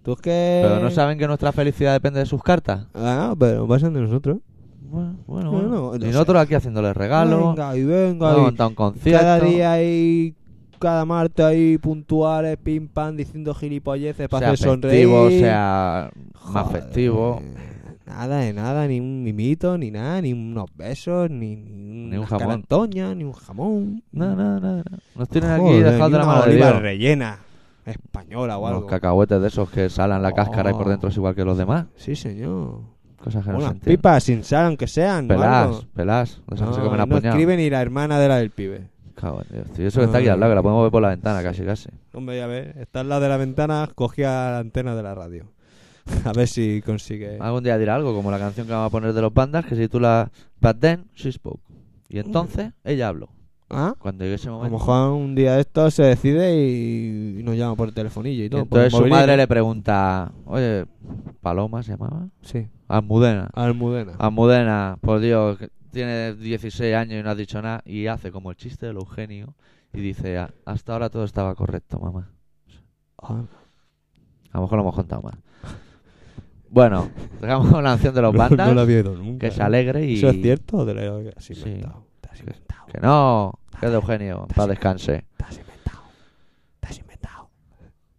[SPEAKER 1] Tú es que...
[SPEAKER 2] Pero no saben que nuestra felicidad depende de sus cartas.
[SPEAKER 1] Ah, pero pasan de nosotros.
[SPEAKER 2] Bueno, bueno.
[SPEAKER 1] Bueno,
[SPEAKER 2] bueno.
[SPEAKER 1] no
[SPEAKER 2] y
[SPEAKER 1] sé.
[SPEAKER 2] nosotros aquí haciéndoles regalos.
[SPEAKER 1] Venga, y venga,
[SPEAKER 2] Hemos
[SPEAKER 1] y-
[SPEAKER 2] montado un concierto.
[SPEAKER 1] Cada día hay. Cada martes hay puntuales, pim pam, diciendo gilipolleces para
[SPEAKER 2] sea
[SPEAKER 1] hacer
[SPEAKER 2] festivo,
[SPEAKER 1] sonreír.
[SPEAKER 2] sea más
[SPEAKER 1] Joder.
[SPEAKER 2] festivo.
[SPEAKER 1] Nada de nada, ni un mimito, ni nada, ni unos besos, ni, ni,
[SPEAKER 2] Ni un
[SPEAKER 1] unas
[SPEAKER 2] jamón.
[SPEAKER 1] carantoñas, ni un jamón.
[SPEAKER 2] No, no, no, no. Nos tienen aquí
[SPEAKER 1] Joder,
[SPEAKER 2] dejados
[SPEAKER 1] ni
[SPEAKER 2] de la
[SPEAKER 1] una
[SPEAKER 2] mano de
[SPEAKER 1] oliva
[SPEAKER 2] Dios.
[SPEAKER 1] rellena, española o
[SPEAKER 2] Unos
[SPEAKER 1] algo.
[SPEAKER 2] cacahuetes de esos que salan la cáscara y por
[SPEAKER 1] Oh.
[SPEAKER 2] dentro es igual que los demás.
[SPEAKER 1] Sí, señor.
[SPEAKER 2] Cosas que no se
[SPEAKER 1] Unas
[SPEAKER 2] entienden.
[SPEAKER 1] pipas sin sal, aunque sean. o algo.
[SPEAKER 2] Pelás, pelás. De esas que se comen a
[SPEAKER 1] no
[SPEAKER 2] puñado.
[SPEAKER 1] escribe ni la hermana de la del pibe.
[SPEAKER 2] Cago en Dios, tío. Eso que está aquí al lado, que la podemos ver por la ventana casi, casi.
[SPEAKER 1] Hombre, ya ves, está al lado de la ventana, cogía la antena de la radio. [LAUGHS] A ver si consigue.
[SPEAKER 2] Algún día dirá algo, como la canción que vamos a poner de los bandas, que se titula But Then She Spoke. Y entonces
[SPEAKER 1] Mm.
[SPEAKER 2] ella habló.
[SPEAKER 1] ¿Ah?
[SPEAKER 2] Cuando llegue ese
[SPEAKER 1] A lo
[SPEAKER 2] momento.
[SPEAKER 1] mejor un día de estos se decide y nos llama por telefonillo pues, y todo. por
[SPEAKER 2] Entonces su
[SPEAKER 1] movilillo.
[SPEAKER 2] madre le pregunta, oye, ¿Paloma se llamaba?
[SPEAKER 1] Sí,
[SPEAKER 2] Almudena. Ah,
[SPEAKER 1] Almudena.
[SPEAKER 2] Almudena, por Dios, que tiene 16 años y no has dicho nada. Y hace como el chiste del Eugenio y dice, "Ah, hasta ahora todo estaba correcto, mamá.
[SPEAKER 1] Ah,
[SPEAKER 2] A lo mejor lo hemos contado mal. Bueno, dejamos la canción de
[SPEAKER 1] [LAUGHS]
[SPEAKER 2] los
[SPEAKER 1] no-
[SPEAKER 2] bandas.
[SPEAKER 1] No lo había ido nunca.
[SPEAKER 2] que se
[SPEAKER 1] ¿eh?
[SPEAKER 2] alegre y...
[SPEAKER 1] ¿Eso es cierto o te lo he has
[SPEAKER 2] Sí.
[SPEAKER 1] inventado? Te has inventado.
[SPEAKER 2] Que no, que es de Eugenio, en paz descanse.
[SPEAKER 1] Te has inventado. Te has inventado.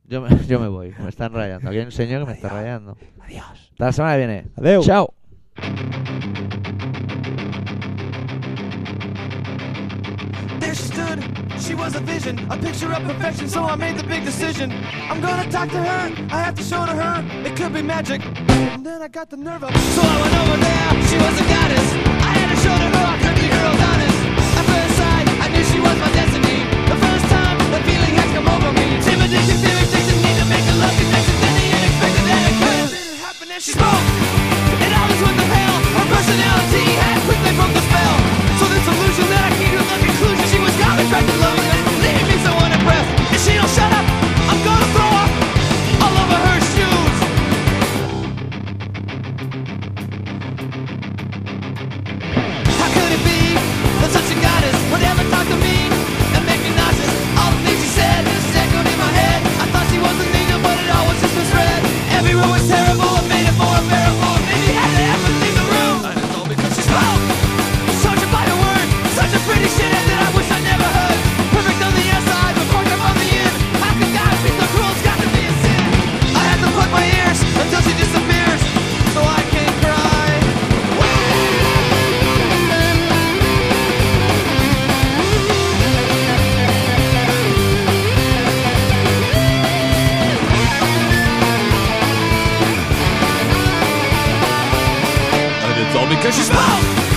[SPEAKER 2] Yo me, yo me voy, me están rayando. Aquí hay un señor que me está rayando.
[SPEAKER 1] Adiós.
[SPEAKER 2] Hasta la semana que viene.
[SPEAKER 1] Adeu.
[SPEAKER 2] Chao.
[SPEAKER 5] There she stood. She was a vision, a picture of perfection, so I made the big decision. I'm gonna talk to her, I have to show to her, it could be magic. And then I got the nerve up. So I went over there, she was a goddess. I had to show to her, I could be girls honest. At first sight, I knew she was my destiny. The first time, the feeling has come over me. Tim addiction, fear addiction, need to make a love connection, then the unexpected and it could. happen and she spoke. It always went the pale. Her personality had quickly broke the spell. So this illusion that I came to the conclusion she was gone, attracted love, leaving me so unimpressed. If she don't shut up, I'm gonna throw up all over her shoes. How could it be that such a goddess would ever talk to me and make me nauseous? All the things she said just echoed in my head. I thought she was an angel, but it all was just misread. Every room was terrible, it made it more unbearable. It made me have to have to leave the room. And it's all because she spoke. Such a biting word, such a pretty shit that I wish I never heard. Perfect on the outside, but fucked up on the in. How could God be so cruel? It's got to be a sin. I had to plug my ears until she disappears, so I can't cry. And it's all because she spoke